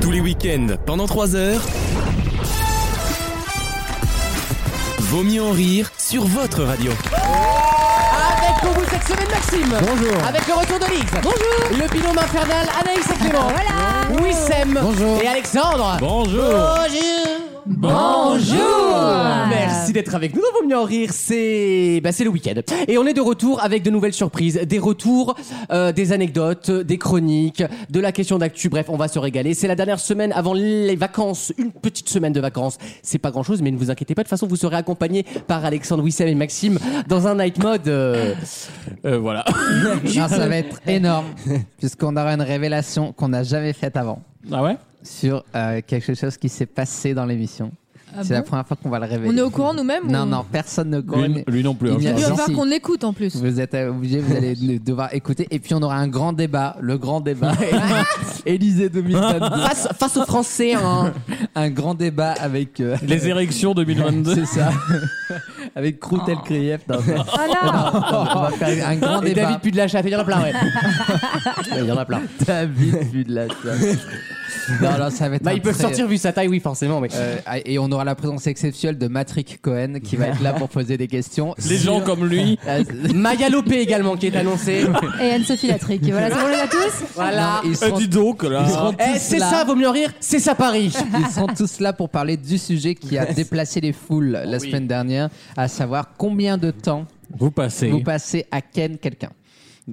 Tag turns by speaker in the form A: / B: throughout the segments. A: Tous les week-ends, pendant 3 heures. Vaut mieux en rire sur votre radio.
B: Avec pour vous cette semaine Maxime.
C: Bonjour.
B: Avec le retour de Lise.
D: Bonjour.
B: Le binôme infernal Anaïs et Clément.
D: Voilà.
B: Wissem.
C: Bonjour.
B: Et Alexandre.
A: Bonjour
B: Bonjour.
D: Bonjour.
B: Merci d'être avec nous dans Vaut mieux en rire. C'est bah, c'est le week-end. Et on est de retour avec de nouvelles surprises, des retours, euh, des anecdotes, des chroniques, de la question d'actu. Bref, on va se régaler. C'est la dernière semaine avant les vacances, une petite semaine de vacances. C'est pas grand-chose, mais ne vous inquiétez pas. De toute façon, vous serez accompagnés par Alexandre Wissem et Maxime dans un night mode. euh,
A: Voilà.
C: Ah, ça va être énorme, puisqu'on aura une révélation qu'on n'a jamais faite avant
A: Ah ouais
C: sur euh, quelque chose qui s'est passé dans l'émission.
D: Ah
C: c'est
D: bon
C: la première fois qu'on va le révéler.
D: On est au courant nous-mêmes
C: Non,
D: ou-
C: non, personne ne
E: Lui,
C: connaît.
E: lui non plus. hein,
C: Il
E: je
C: y a
D: Il
E: crois.
D: va
C: Gentil.
D: falloir qu'on l'écoute en plus.
C: Vous êtes obligés, vous allez le- devoir écouter. Et puis on aura un grand débat, le grand débat. Élysée
D: Ah.
C: 2022.
B: face, face aux Français. hein.
C: Un grand débat avec. euh,
E: Les érections 2022.
C: c'est ça. avec Croutel Krief. Non, non,
D: Oh là
C: on va faire un grand
B: Et
C: débat.
B: David Pudelacha, il y en a plein, ouais. Il y en a plein.
C: David vu de la tête. Non, non, ça va être
B: Bah,
C: un
B: ils peuvent
C: très-
B: sortir vu sa taille, oui, forcément, mais.
C: Euh, et on aura la présence exceptionnelle de Matrick Cohen qui va être là pour poser des questions.
E: Les gens comme lui.
C: Euh,
B: Maya Lopé également qui est annoncée.
D: Et Anne-Sophie Latric. Voilà, c'est bon, on les a tous
B: voilà.
C: non, ils,
E: Eh,
A: Euh,
C: seront,
E: dis donc là.
C: ils seront
B: Eh,
C: tous
B: c'est
C: là.
B: ça, vaut mieux en rire, c'est ça Paris.
C: ils seront tous là pour parler du sujet qui a déplacé les foules la semaine dernière, à savoir combien de temps
E: Vous passez.
C: vous passez à ken quelqu'un.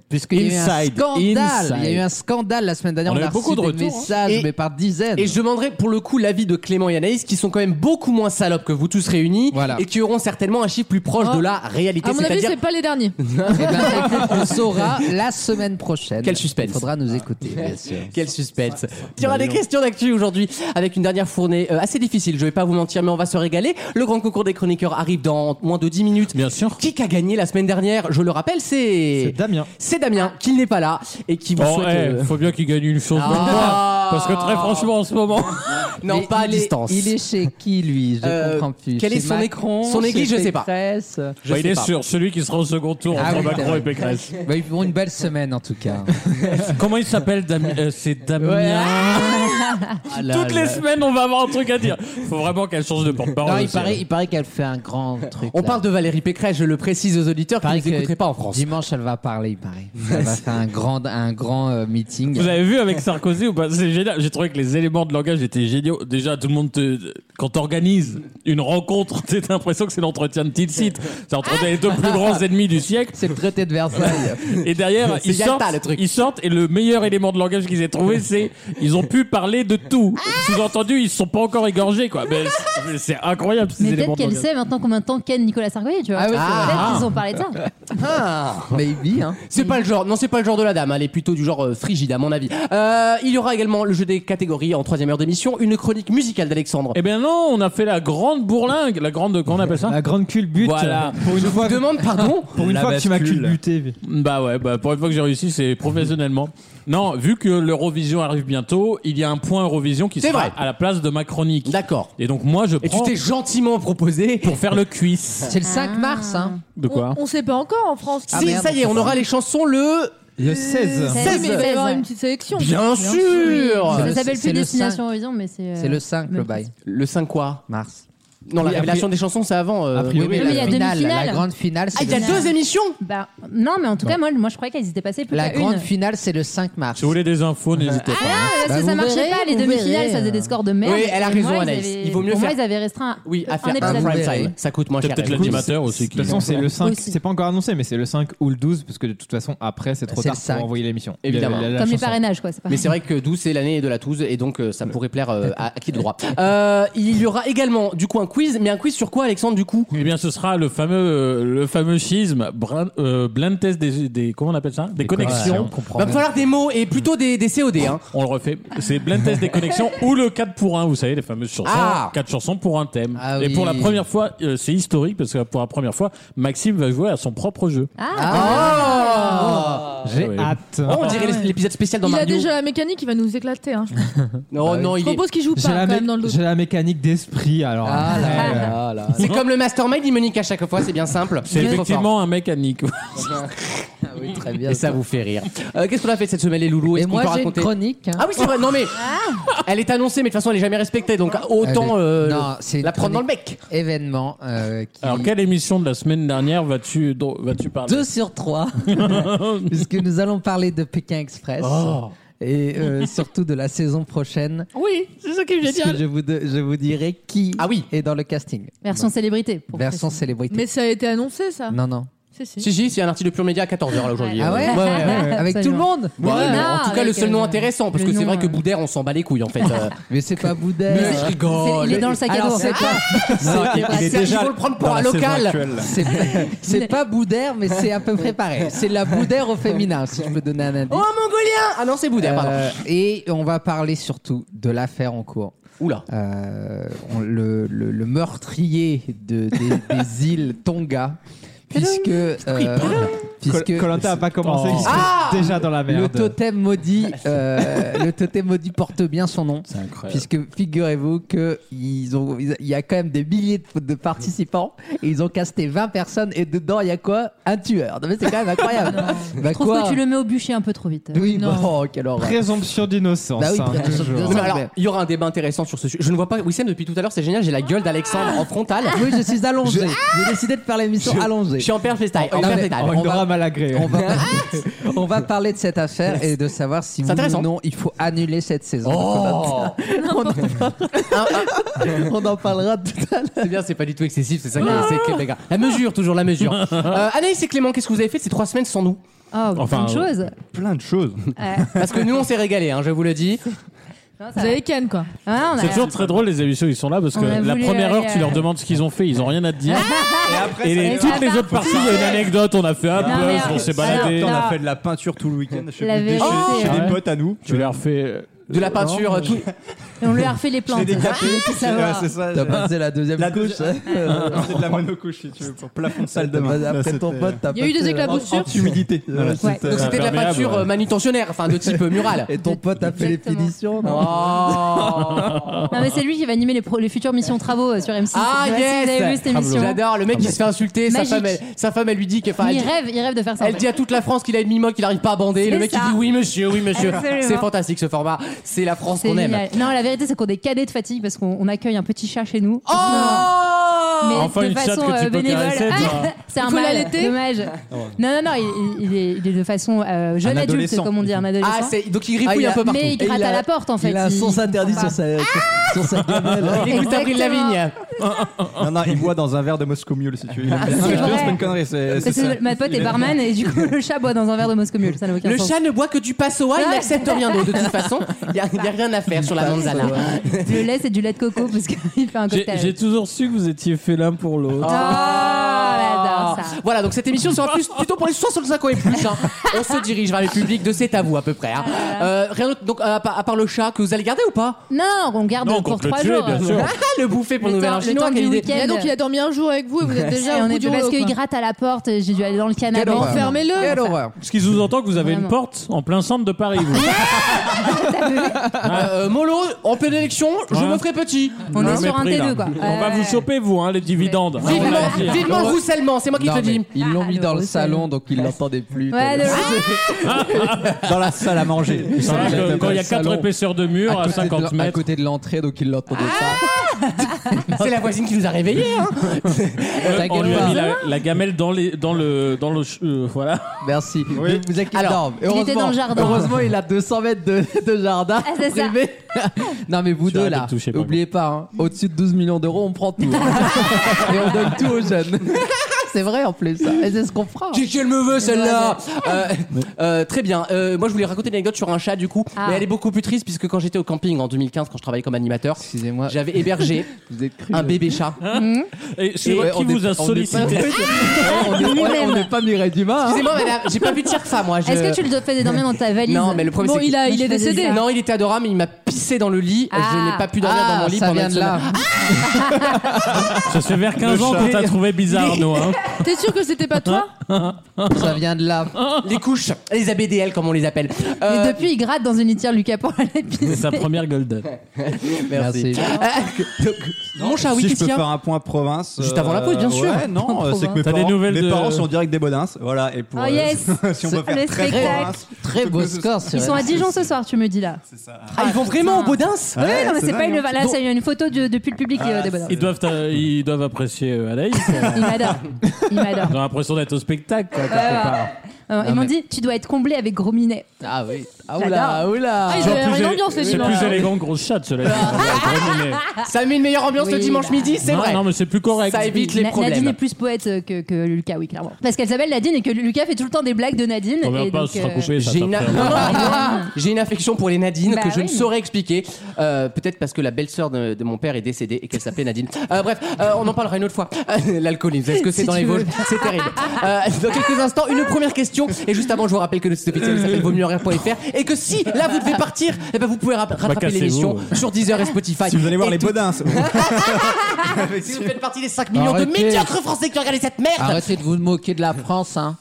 C: Puisqu'il y a eu un
E: Inside,
C: scandale.
E: inside.
C: Il y a eu un scandale la semaine dernière.
E: On
C: On,
E: a eu
C: a
E: beaucoup
C: reçu
E: de
C: des
E: retours, hein.
C: messages,
B: Et-
C: mais par dizaines.
B: Et je demanderai pour le coup l'avis de Clément et Anaïs qui sont quand même beaucoup moins salopes que vous tous réunis
C: Voilà.
B: et qui auront certainement un chiffre plus proche
D: Oh.
B: de la réalité.
D: À mon avis,
B: C'est-à-dire
D: c'est pas les derniers.
C: Eh ben, écoute, on saura la semaine prochaine.
B: Quel suspense.
C: Il faudra nous écouter, bien sûr.
B: Quel suspense. Il y aura des questions d'actu aujourd'hui avec une dernière fournée euh, assez difficile, je vais pas vous mentir, mais on va se régaler. Le grand concours des chroniqueurs arrive dans moins de 10 minutes.
E: Bien sûr.
B: Qui a gagné la semaine dernière Je le rappelle, c'est.
E: Damien.
B: C'est Damien, qui n'est pas là et qui vous
E: Bon,
B: souhaite.
E: eh,
B: euh,
E: faut bien qu'il gagne une chose.
B: Ah.
E: comme moi, Parce que très franchement, en ce moment.
B: Non,
C: Mais
B: pas à
C: il est-
B: distance.
C: il est chez qui, lui Je
B: Euh,
C: comprends plus.
B: quel
C: Chez
B: est son é-
C: Macron,
B: son
C: chez
B: église, je sais pas.
C: Pécresse
E: Bah, il
B: sais
E: est
B: pas.
E: sûr, celui qui sera au second tour
C: Ah
E: entre
C: oui, c'est
E: Macron
C: vrai.
E: et Pécresse.
C: Bah, ils feront une belle semaine, en tout cas.
E: Comment il s'appelle Damien Euh, C'est Damien.
C: Ah là
E: Toutes les
C: là.
E: semaines, on va avoir un truc à dire. Faut vraiment qu'elle change de porte-parole.
C: Non, il
E: aussi. hein.
C: paraît, il paraît qu'elle fait un grand truc.
B: On
C: là.
B: parle de Valérie Pécresse, je le précise aux auditeurs
C: Il paraît
B: qui ne
C: que
B: pas en France.
C: Dimanche, elle va parler, il paraît. Elle va faire un grand, un grand euh, meeting.
E: Vous avez vu avec Sarkozy ou pas C'est génial. J'ai trouvé que les éléments de langage étaient géniaux. Déjà, tout le monde te. Quand t'organises une rencontre, t'as l'impression que c'est l'entretien de Tilsit. C'est
C: Ah.
E: entre les deux plus grands ennemis du siècle.
C: C'est le traité de Versailles.
E: Et derrière,
B: C'est
E: ils
B: Yalta,
E: sortent,
B: le truc.
E: ils sortent et le meilleur élément de langage qu'ils aient trouvé, c'est ils ont pu parler de tout. Sous-entendu, ils se sont pas encore égorgés, quoi. Mais c'est- mais c'est incroyable ces
F: Mais
E: éléments
F: peut-être
E: de
F: qu'elle
E: langage.
F: sait maintenant combien de temps Ken Nicolas Sarkozy, tu vois.
C: Ah oui, c'est
F: peut-être qu'ils ont parlé de ça.
C: Baby, hein.
B: Ah. C'est pas le genre, non, c'est pas le genre de la dame, elle est plutôt du genre euh, frigide à mon avis. Euh, il y aura également le jeu des catégories en troisième heure d'émission, une chronique musicale d'Alexandre.
E: Eh bien non, on a fait la grande bourlingue, la grande, qu'on appelle ça
G: La grande culbute.
E: Voilà.
G: Pour une fois,
B: Demande pardon
G: pour une
A: La
G: fois que tu m'as
A: bascule.
G: culbuté.
E: Bah ouais, bah pour une fois que j'ai réussi, c'est professionnellement. Non, vu que l'Eurovision arrive bientôt, il y a un point Eurovision qui
B: C'est
E: sera
B: vrai.
E: à la place de ma chronique.
B: D'accord.
E: Et donc moi, je
B: Et tu
E: prends
B: t'es gentiment proposé.
E: pour faire le cuisse.
C: C'est le 5 mars, hein.
F: Ah,
E: De quoi
D: On, on sait pas encore en France. qui-
C: Ah
B: si,
C: merde,
B: ça y est, on
C: c'est
B: aura
C: ça.
B: les chansons le.
G: Le 16.
D: Oui, mais il va y avoir
F: 16.
D: une petite sélection.
B: bah. Bien sûr
F: Ça
C: le-
F: s'appelle
C: c'est
F: plus
C: le
F: Destination Horizon, mais c'est. euh,
C: C'est le 5, le
F: même
C: bail.
B: Le 5 quoi
C: Mars.
B: Non, la
G: Oui, a
B: révélation
G: priori-
B: des chansons, c'est avant. euh,
G: A priori,
B: oui,
F: oui,
C: la
F: il y a
C: finale,
F: demi-finale.
C: La grande finale,
B: Ah,
C: c'est
B: il y a
C: le-
B: deux émissions
F: Bah, non, mais en tout cas, moi, moi je croyais qu'elles étaient passées plus
C: La
F: qu'à une.
C: grande finale, c'est le 5 mars.
E: Si vous voulez des infos, n'hésitez
F: Ah,
E: pas.
F: parce
C: Bah,
F: que
C: vous
F: ça marchait
C: verrez,
F: pas, les
C: vous
F: demi-finales,
C: verrez,
F: ça faisait
C: euh.
F: des scores de merde.
B: Oui, elle a
F: Et
B: raison,
F: moi, ils
B: Anaïs.
F: avaient-
B: Il vaut mieux
F: pour moi,
B: faire-
F: ils avaient restreint.
B: Oui, à faire
F: Un
B: un
F: épisode.
B: prime
C: Oui,
B: time.
C: oui.
B: Ça coûte moins
E: C'est
B: cher.
E: peut-être
B: la
G: l'animateur.
E: l'animateur aussi
G: De
E: qui.
G: toute façon, c'est le 5.
F: Aussi.
G: C'est pas encore annoncé, mais c'est le 5 ou le 12, parce que de toute façon, après, c'est trop
C: C'est
G: tard
C: le 5.
G: pour envoyer l'émission.
B: Évidemment.
F: Comme les
G: chanson.
F: parrainages, quoi. C'est pas
B: Mais c'est vrai que 12 c'est l'année de la touze et donc euh, ça pourrait plaire euh, à, à qui de droit. Euh, il y aura également du coup un quiz, mais un quiz sur quoi Alexandre du coup
E: Eh bien, ce sera le fameux, euh, le fameux schisme, brin- euh, blind test des, des- comment on appelle ça, des, connexions.
B: Va me falloir des mots et plutôt des, des COD. Hein.
E: On le refait. C'est blind test des connexions ou le 4 pour 1, vous savez, les fameuses chansons.
B: Ah
E: 4 chansons pour un thème.
C: Ah
E: Et
C: oui.
E: pour la première fois, euh, c'est historique parce que pour la première fois, Maxime va jouer à son propre jeu.
F: Ah,
B: Ah,
G: J'ai
E: Ouais.
G: hâte.
B: Oh, Ah. on dirait l'é- l'épisode spécial dans
D: Il a
B: Mario. Oh
D: déjà la mécanique, il va nous éclater. hein, je pense.
B: Non, non,
D: Je
B: il est.
D: propose qu'il joue pas
G: J'ai la,
D: quand
G: mé-
D: même dans le dos.
G: j'ai la mécanique d'esprit, alors.
C: Ah là
G: après, euh,
C: là là.
B: C'est comme le mastermind, il me nique à chaque fois, c'est bien simple. Il
E: C'est
B: est trop fort.
E: effectivement un mécanique.
H: oui, très bien.
B: Et ça vous fait rire. Euh, Qu'est-ce qu'on a fait cette semaine, les loulous
C: Et
B: Est-ce qu'on
C: moi,
B: peut
C: j'ai une
B: raconter
C: chronique. hein.
B: Ah oui, c'est vrai, non mais elle est annoncée, mais de toute façon, elle est jamais respectée, donc autant
C: Elle est-
B: euh,
C: Non, c'est
B: la
C: une
B: prendre dans le bec.
C: Événement euh, qui...
E: Alors, quelle émission de la semaine dernière vas-tu vas parler
C: 2 sur 3, puisque nous allons parler de Pékin Express
E: Oh.
C: et euh, surtout de la saison prochaine.
E: Oui, c'est ça qui
C: Puisque je vous, de- je vous dirai qui
B: Ah oui.
C: est dans le casting.
F: Version célébrité. pour
C: Version
F: préciser.
C: célébrité.
I: Mais ça a été annoncé, ça
C: Non, non.
I: Si, si.
B: Si, si, c'est un article de Pure Média à 14h là aujourd'hui.
C: Ah ouais,
B: Ouais, ouais, ouais.
C: Avec tout le monde
B: Ouais,
F: Oui,
B: mais
F: non,
B: en tout cas, le
F: avec,
B: seul nom
F: euh,
B: intéressant, parce
F: le
B: que c'est
F: nom,
B: vrai que
F: euh,
B: Boudère, on s'en bat les couilles en fait. euh.
C: Mais c'est pas Bouddha.
B: Mais je
F: C'est-
B: rigole.
F: Il est dans le sac à
C: Alors,
F: dos.
C: c'est pas,
B: Ah Il faut le prendre pour un local.
C: c'est pas- c'est pas Boudère, mais c'est à peu près pareil. C'est la Boudère au féminin, si je peux donner un indice.
B: Oh, mongolien Ah non, c'est Boudère, pardon.
C: Euh, et on va parler surtout de l'affaire en cours.
B: Oula.
C: Euh, on- le, le- le meurtrier de, des, des îles Tonga, puisque, euh, puisque
J: Colanta a pas commencé.
E: Oh.
J: ils sont
B: Ah
J: déjà dans la
C: le
J: merde.
C: totem maudit, euh, le totem maudit porte bien son nom.
E: C'est incroyable.
C: Puisque figurez-vous que ils ont, ils- il y a quand même des milliers de, de participants et ils ont casté 20 personnes et dedans il y a quoi Un tueur. Non, mais c'est quand même incroyable. Bah,
F: Je trouve
C: quoi
F: que tu le mets au bûcher un peu trop vite.
C: Oui,
I: Non.
B: bah.
C: bon, quelle horreur.
J: Présomption d'innocence.
C: Bah oui,
J: hein,
C: présomption
J: toujours.
B: Non, mais
C: d'innocence.
B: alors, il y aura un débat intéressant sur ce sujet. Je ne vois pas Wissem depuis tout à l'heure, c'est génial, j'ai la gueule d'Alexandre en frontal.
C: Oui, je suis allongé. J'ai décidé de faire l'émission
B: Je- Je
C: allongée.
B: suis en perfectile, en
C: Non, mais-
B: perfectile.
J: Oh,
C: On
J: il
C: va-
J: aura mal agré.
C: On va, on va parler de cette affaire et de savoir si oui
B: intéressant.
C: ou non il faut annuler cette saison.
B: Oh
C: on, en parlera, on en parlera tout à l'heure.
B: C'est bien, c'est pas du tout excessif, c'est ça qui est- c'est
F: Ah.
B: que- les gars. La mesure, toujours la mesure. Euh, Anaïs et Clément, qu'est-ce que vous avez fait ces trois semaines sans nous
F: Ah,
E: Enfin,
F: enfin,
E: euh,
F: une chose.
J: Plein de choses.
F: Ouais.
B: Parce que nous, on s'est régalé, hein, je vous le dis.
F: Non, ça
I: Vous
F: va.
I: avez Ken, quoi.
F: Ah, on a-
E: C'est toujours très drôle les émissions, ils sont là parce que
F: On a
E: la
F: voulu
E: première
F: aller
E: heure, tu
F: à-
E: leur demandes ce qu'ils ont fait, ils ont rien à te dire.
J: Et
E: euh, Ah! Et
J: après,
E: les-
F: Et ça
E: toutes les
F: va.
E: autres parties, il y a une anecdote, on a fait un
F: Non,
E: buzz,
F: mais-
E: on s'est
F: alors-
E: baladé.
G: Putain,
C: Ah.
G: on
F: là-
G: a fait de la peinture tout le week-end chez,
F: La
G: des, chez-
F: vérité,
G: chez des
E: hein.
G: potes à nous.
E: Tu leur fais.
B: De la peinture, euh, tout.
F: Et on lui a refait les plantes.
G: J'ai décapé.
F: Ah, tout
G: Ouais,
F: savoir.
G: c'est ça.
C: T'as
G: j'ai-
C: passé la deuxième
G: La
C: couche.
G: couche, hein. Non, C'est de la monocouche si tu veux, pour plafond de salle de bain. Là,
C: Après ton
G: c'était-
C: pote, t'as euh,
I: Il y a eu
C: passé
I: des
C: la-
I: éclaboussures.
G: Anti-humidité. Voilà,
F: Ouais.
G: c'était-
B: Donc c'était de la
E: Imperméable,
B: peinture euh,
E: ouais.
B: manutentionnaire, enfin de type euh, mural.
C: Et ton pote a fait les
F: Exactement.
C: finitions. non
B: Oh
F: Non, mais c'est lui qui va animer les, pro- les futures missions travaux euh, sur M6.
B: Ah
F: Je sais pas si Vous avez vu
B: yes
F: cette émission
B: J'adore, le mec il se fait insulter, sa
F: Magique.
B: femme, elle, sa femme elle lui dit que... enfin,
F: Mais
B: elle
F: il
B: dit-
F: rêve, il rêve de faire ça. en
B: Elle
F: fait.
B: dit à toute la France qu'il a une mimo qu'il n'arrive pas à bander. Le
F: C'est
B: mec
F: ça.
B: il dit oui monsieur, oui monsieur.
F: Absolument.
B: C'est fantastique ce format. C'est la France
F: C'est
B: qu'on aime.
F: génial. Non, la vérité, c'est qu'on est cadets de fatigue parce qu'on on accueille un petit chat chez nous.
B: Oh Ah,
F: mais
E: Enfin,
F: de
E: une chatte
F: façon
E: que tu
F: euh,
E: peux
F: bénévole. Ah,
E: caresser, toi.
F: c'est un
I: faut
F: mal,
I: l'allaiter
F: dommage. Non, non, non, il, il est, il est de façon euh, jeune
G: Un
F: adulte,
G: adolescent.
F: comme on dit, un adolescent.
B: Ah c'est donc il ripouille
C: Ah, il
B: un peu
C: a-
B: partout.
F: mais il
C: Et
F: gratte
C: il
F: à
C: a-
F: la porte, en fait. Ah.
C: Il a un sens interdit sur sa, sur sa gamelle.
B: Il écoute Avril
F: Exactement.
B: Lavigne.
G: Non, non, il boit dans un verre de Moscow Mule si tu veux. Non, mais je te
F: Ah, c'est
G: jure,
F: vrai.
G: c'est pas une connerie. c'est-
F: Parce
G: c'est ça.
F: que ma pote est barman et du coup, le chat boit dans un verre de Moscow Mule. Ça n'a aucun
B: Le
F: sens.
B: chat ne boit que du passoa, il
F: Ouais.
B: n'accepte rien d'autre. De toute façon, il n'y a, il y a rien à faire sur la manzana.
F: Le lait, c'est du lait de coco parce qu'il fait un
E: J'ai
F: cocktail.
E: j'ai toujours su que vous étiez fait l'un pour l'autre.
F: Ah, j'adore ça.
B: Oh. Voilà, donc cette émission sera plus, plutôt pour les 65 ans et plus. hein. On se dirige vers les publics de cet à vous à peu près. hein.
F: Ah,
B: Euh, rien d'autre, donc à, part- à part le chat que vous allez garder ou pas
F: Non, on garde
E: Non, on
F: Ah, pour
E: compte le
F: trois
E: tuer,
F: jours.
E: bien sûr.
B: Ah, Le bouffer pour
F: Le
B: Nouvel
F: temps-
B: An
F: le
B: chinois,
F: temps
B: quelle
F: du
B: idée
F: week-end.
I: Et donc, il a dormi un jour avec vous et vous êtes
F: Et
I: déjà
F: on
I: au bout
F: est-
I: du
F: parce
I: rouleau,
F: qu'il
I: quoi.
F: gratte à la porte, j'ai dû aller dans le canapé.
C: Quelle horreur.
I: Fermez-le.
C: Quelle horreur.
E: Ce qui sous-entend que vous avez une
F: Vraiment.
E: porte en plein centre de Paris. vous.
B: Euh, euh, Molo, en pleine élection, je
C: Hein?
E: Ouais.
B: me ferai petit.
C: Ah
F: On
E: Le
F: est sur un
E: mépris,
F: T2,
E: là.
F: quoi. Euh,
E: On va
F: Ouais,
E: vous
F: ouais.
E: choper, vous, hein, les dividendes. Ah, on va
B: Vivement,
E: dire.
B: vivement le ruissellement, c'est moi qui
C: Non,
B: te le
C: mais
B: dis.
C: Ils l'ont
F: Ah,
C: mis
F: le
C: dans le
F: gros
C: salon,
F: salon.
C: donc ils l'entendaient plus.
F: Ouais, le-
G: Dans la salle à manger.
E: C'est vrai que Quand il y a quatre
C: Salon.
E: épaisseurs de mur à,
C: à, côté de
E: 50
C: l'en- à
E: mètres,
C: côté de l'entrée, donc ils l'entendaient
F: Ah
B: C'est la voisine qui nous a réveillés. hein.
C: pas.
E: on lui
C: T'inquiète
E: a
C: pas.
E: mis la, la gamelle dans, les, dans le. Dans le ch- euh, voilà.
C: Merci.
G: Oui.
C: Vous inquiétez
B: Alors,
C: pas.
F: était
C: Heureusement-
F: dans le jardin.
C: Heureusement, il a 200 mètres de, de jardin.
F: Ah, c'est ça.
C: privé. non, mais vous
E: Tu
C: deux,
E: arrêtes de
C: là,
E: toucher, Pablo.
C: oubliez pas, hein, au-dessus de 12 millions d'euros, on prend tout. hein. Et on donne tout aux jeunes. c'est vrai, en plus. hein. Et c'est ce qu'on fera.
B: Qu'est-ce qu'elle me veut celle-là Euh, euh, Très bien. Euh, moi, je voulais raconter une anecdote sur un chat du coup,
F: Ah.
B: mais elle est beaucoup plus triste puisque quand j'étais au camping en 2015, quand je travaillais comme animateur,
C: Excusez-moi,
B: j'avais hébergé
C: vous êtes cru.
B: un bébé chat.
E: Et c'est
C: Ouais,
E: vrai
C: on
E: qui vous
C: est-
E: a
C: on est-
E: sollicité.
C: on
F: Ah,
C: est- on n'est pas Mireille Dumas. hein.
B: Excusez-moi, madame, j'ai pas vu de cherfa moi. je-
F: Est-ce que tu le fais désormais dans ta valise
B: Non, mais le problème
I: Bon,
B: c'est
I: il,
B: que-
I: a, il est
F: Moi, je faisais
I: décédé.
F: ça.
B: Non, il était adorable, mais il m'a pissé dans le lit. Je
F: Ah.
B: n'ai pas pu dormir dans mon
C: Ah,
B: lit
C: ça
B: pendant
C: vient
B: une
C: de là.
B: semaine.
E: Ça fait vers 15 ans
G: Le
E: qu'on
G: chat.
E: t'a trouvé bizarre, nous. hein.
D: T'es sûr que c'était pas toi
K: Ça vient de là.
B: Les couches, les ABDL comme on les appelle. Euh,
F: Mais depuis, il gratte dans une litière Lucas pour aller
E: C'est
F: pisser.
E: sa première golden.
B: merci. Euh, donc, mon chat, oui,
L: si je
B: qu'est-ce
L: peux
B: qu'il y a
L: faire un point province.
B: Juste avant la pause, bien sûr.
L: Ouais, non, euh, c'est que mes,
E: T'as des
L: parents,
E: nouvelles
L: mes
E: de-
L: parents sont direct des Bodins. Voilà, et pour.
F: Oh
L: euh,
F: yes
L: si on peut
F: Le
L: faire très
B: hein.
F: spectacle.
L: province.
K: Très beau score.
F: Ils sont à Dijon ce soir, tu me dis là.
L: C'est ça.
B: Ah, ils vont vraiment au Baudins
F: Oui, non, mais c'est pas
L: dingue,
F: une.
L: hein.
F: Là, c'est une photo de- depuis le
B: Ah,
F: public euh, des bonheurs.
E: Ils doivent, euh, ils doivent apprécier euh, Anaïs.
F: Ils m'adorent. Ils m'adorent.
E: J'ai l'impression d'être au spectacle. quoi, quelque
F: Ouais,
E: part.
F: Alors, Ils m'ont dit, tu dois être comblé avec gros minet.
C: Ah oui. Ah
F: J'adore.
C: oula, oula.
D: Ah, il
E: C'est
D: doit y avoir une ambiance les
E: c'est
D: gens.
E: plus élégant que grosse chatte, cela dit. Vraiment, mais-
B: Ça met une meilleure ambiance le
F: Oui,
B: dimanche
F: bah.
B: midi, c'est
E: non,
B: vrai.
E: Non, mais c'est plus correct.
B: Ça Ah, évite les
F: Na- Nadine est
B: problèmes.
F: plus poète euh, que, que Lucas, oui, clairement. Parce qu'elle s'appelle Nadine et que Lucas fait tout le temps des blagues de Nadine.
E: On
F: et
E: pas,
F: donc,
E: ce sera
F: euh,
E: coupé. ça,
B: J'ai une...
E: t'as fait.
B: Non, non, moi, j'ai une affection pour les Nadines
F: Bah
B: que je
F: oui,
B: ne
F: mais-
B: saurais expliquer. Euh, Peut-être parce que la belle-sœur de, de mon père est décédée et qu'elle s'appelait Nadine. Euh, bref, euh, on en parlera une autre fois. Euh, L'alcoolisme, est-ce que c'est
F: Si
B: dans
F: tu
B: les
F: veux.
B: Vosges C'est terrible. Euh, dans quelques instants, une première question. Et juste avant, je vous rappelle que notre site officiel s'appelle vaut mieux en rire.fr et que si là vous devez partir, eh ben, vous pouvez ra- rattraper
E: cassez-vous.
B: l'émission sur Deezer et Spotify.
L: Si vous allez voir
B: Et
L: les
B: tout-
L: Bodins.
B: Si vous faites partie des 5 millions de
C: Arrêtez.
B: médiocres Français qui regardent cette merde,
C: Arrêtez de vous moquer de la France, hein.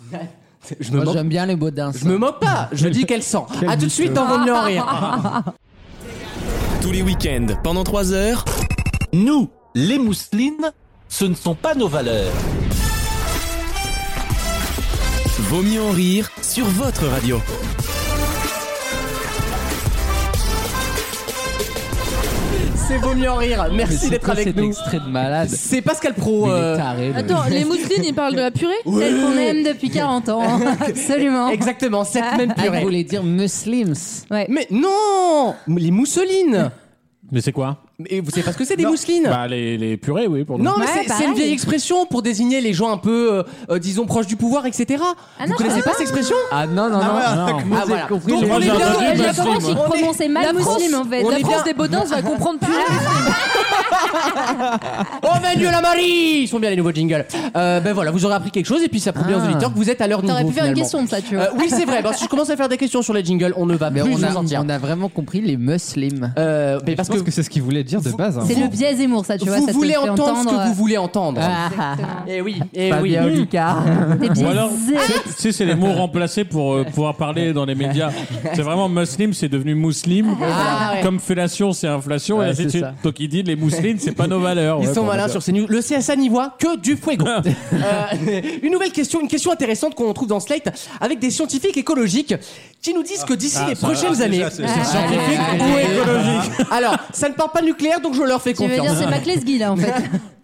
B: je me
C: Moi,
B: moque.
C: j'aime bien les Baudins.
B: Je me moque pas, je dis qu'elle sent. A tout de suite dans Vaut mieux en rire.
A: Tous les week-ends, pendant 3 heures,
M: Nous, les mousselines, ce ne sont pas nos valeurs.
A: Vaut mieux en rire sur votre radio.
B: C'est Vaut mieux en rire. Merci d'être avec nous.
C: extrait de malade.
B: C'est Pascal Pro.
C: Il est
B: euh,
C: taré, le-
D: Attends, les mousselines, ils parlent de la purée
F: Celle qu'on aime depuis 40 ans. Absolument.
B: Exactement, cette même
C: Ah, vous
B: purée.
C: voulez dire muslims
F: Ouais.
B: Mais non Les mousselines
E: Mais c'est quoi
B: Mais vous savez pas ce que c'est des mousselines
E: Bah, les, les purées, oui, pour nous.
B: Non, mais
F: Ouais,
B: c'est- c'est
F: pareil.
B: une vieille expression pour désigner les gens un peu, euh, euh, disons, proches du pouvoir, etc. vous
F: non,
B: connaissez
F: je-
B: pas cette expression
C: Ah non, non, non.
B: Ah voilà. Donc
E: les-
B: on est
E: Moi, j'ai
B: bien-
E: entendu
B: on est-
E: Muslim,
F: comment
E: moi.
F: ils prononçaient mal muslim en fait.
B: on
D: La
B: est
D: France
B: bien-
D: des Baudins va comprendre purée.
B: Oh Manuel la Marie Ils sont bien les nouveaux jingles. Euh, ben voilà, vous aurez appris quelque chose et puis ça prouve bien aux auditeurs que vous êtes à leur niveau.
F: Ah. T'aurais pu faire une
B: finalement.
F: question de ça, tu vois.
B: Euh, oui, c'est vrai. Parce que si je commence à faire des questions sur les jingles, on ne va
C: Mais
B: plus
C: on
B: nous
C: a,
B: en sortir.
C: on a vraiment compris les muslims.
B: Euh, mais parce
G: Je pense
B: que,
G: que, c'est ce qu'il voulait dire de base. hein.
F: C'est le biais Zemmour, ça, tu vois.
B: vous
F: ça te
B: voulez
F: fait
B: entendre, ce que
F: entendre, euh, Ah.
B: vous voulez entendre.
F: Exactement.
B: Et oui, et
C: Pas
B: Eh oui. Mmh.
C: bien, Lucas.
F: T'es
E: Ou alors,
F: biaisé.
E: tu sais, c'est les mots remplacés pour euh, pouvoir parler dans les médias. C'est vraiment muslim, c'est devenu mousseline.
B: Ah, ouais.
E: Comme fellation, c'est inflation, et
C: Ouais,
E: ainsi de
C: c'est
E: suite.
C: ça.
E: Donc ils disent les mousselines, c'est pas nos valeurs.
B: Ils
E: Ouais,
B: sont
E: bon,
B: malins
E: d'accord.
B: sur ces news. Le CSA n'y voit que du fuego. Euh, une nouvelle question, une question intéressante qu'on trouve dans Slate avec des scientifiques écologiques qui nous
L: Ah.
B: disent que d'ici les prochaines
L: déjà,
B: années.
L: c'est- Ah, c'est
E: Scientifique ou écologique
B: Alors, ça ne parle pas de nucléaire, donc je leur fais
F: Tu veux dire,
B: confiance.
F: c'est Mac Lesguy, là, en fait.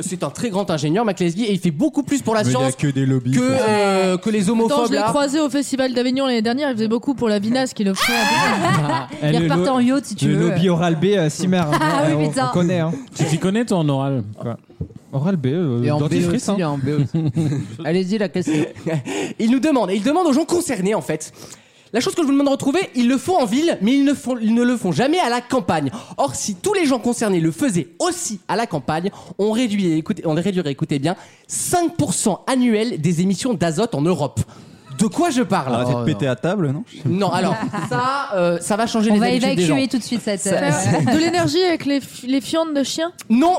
B: C'est un très grand ingénieur, McLesby, et il fait beaucoup plus pour la
L: Mais il n'y a
B: science
L: que des lobbies.
B: que, euh, que les
D: Attends,
B: homophobes.
D: je l'ai
B: là.
D: croisé au festival d'Avignon l'année dernière, il faisait beaucoup pour la vinasse qui le ferait.
G: Eh,
F: Ils
G: le
F: repartent
G: lo-
F: Ah, en yacht, si tu
G: le
F: veux.
G: lobby oral B euh, Simard, hein.
F: Ah oui,
G: Euh, on-
F: putain.
G: on connaît. hein.
E: Tu t'y connais, toi, en oral
L: Ah.
G: Oral B, euh,
C: Et en B
G: dentifrice.
C: aussi,
G: hein.
C: et en B aussi. Allez-y, la question.
B: Il nous demande, et il demande aux gens concernés en fait. La chose que je vous demande de retrouver, ils le font en ville, mais ils ne, font- ils ne le font jamais à la campagne. Or, si tous les gens concernés le faisaient aussi à la campagne, on, réduit, écoutez, on réduirait, écoutez bien, 5% annuel des émissions d'azote en Europe. De quoi je parle
L: Arrêtez
C: Oh,
L: de péter Ah, à table, non
B: Non, alors, ça, euh, ça va changer
F: On
B: les
F: va
B: habitudes des gens.
F: évacuer tout de suite cette. euh,
D: Faire de l'énergie avec les, fi- les fientes de chiens
B: Non,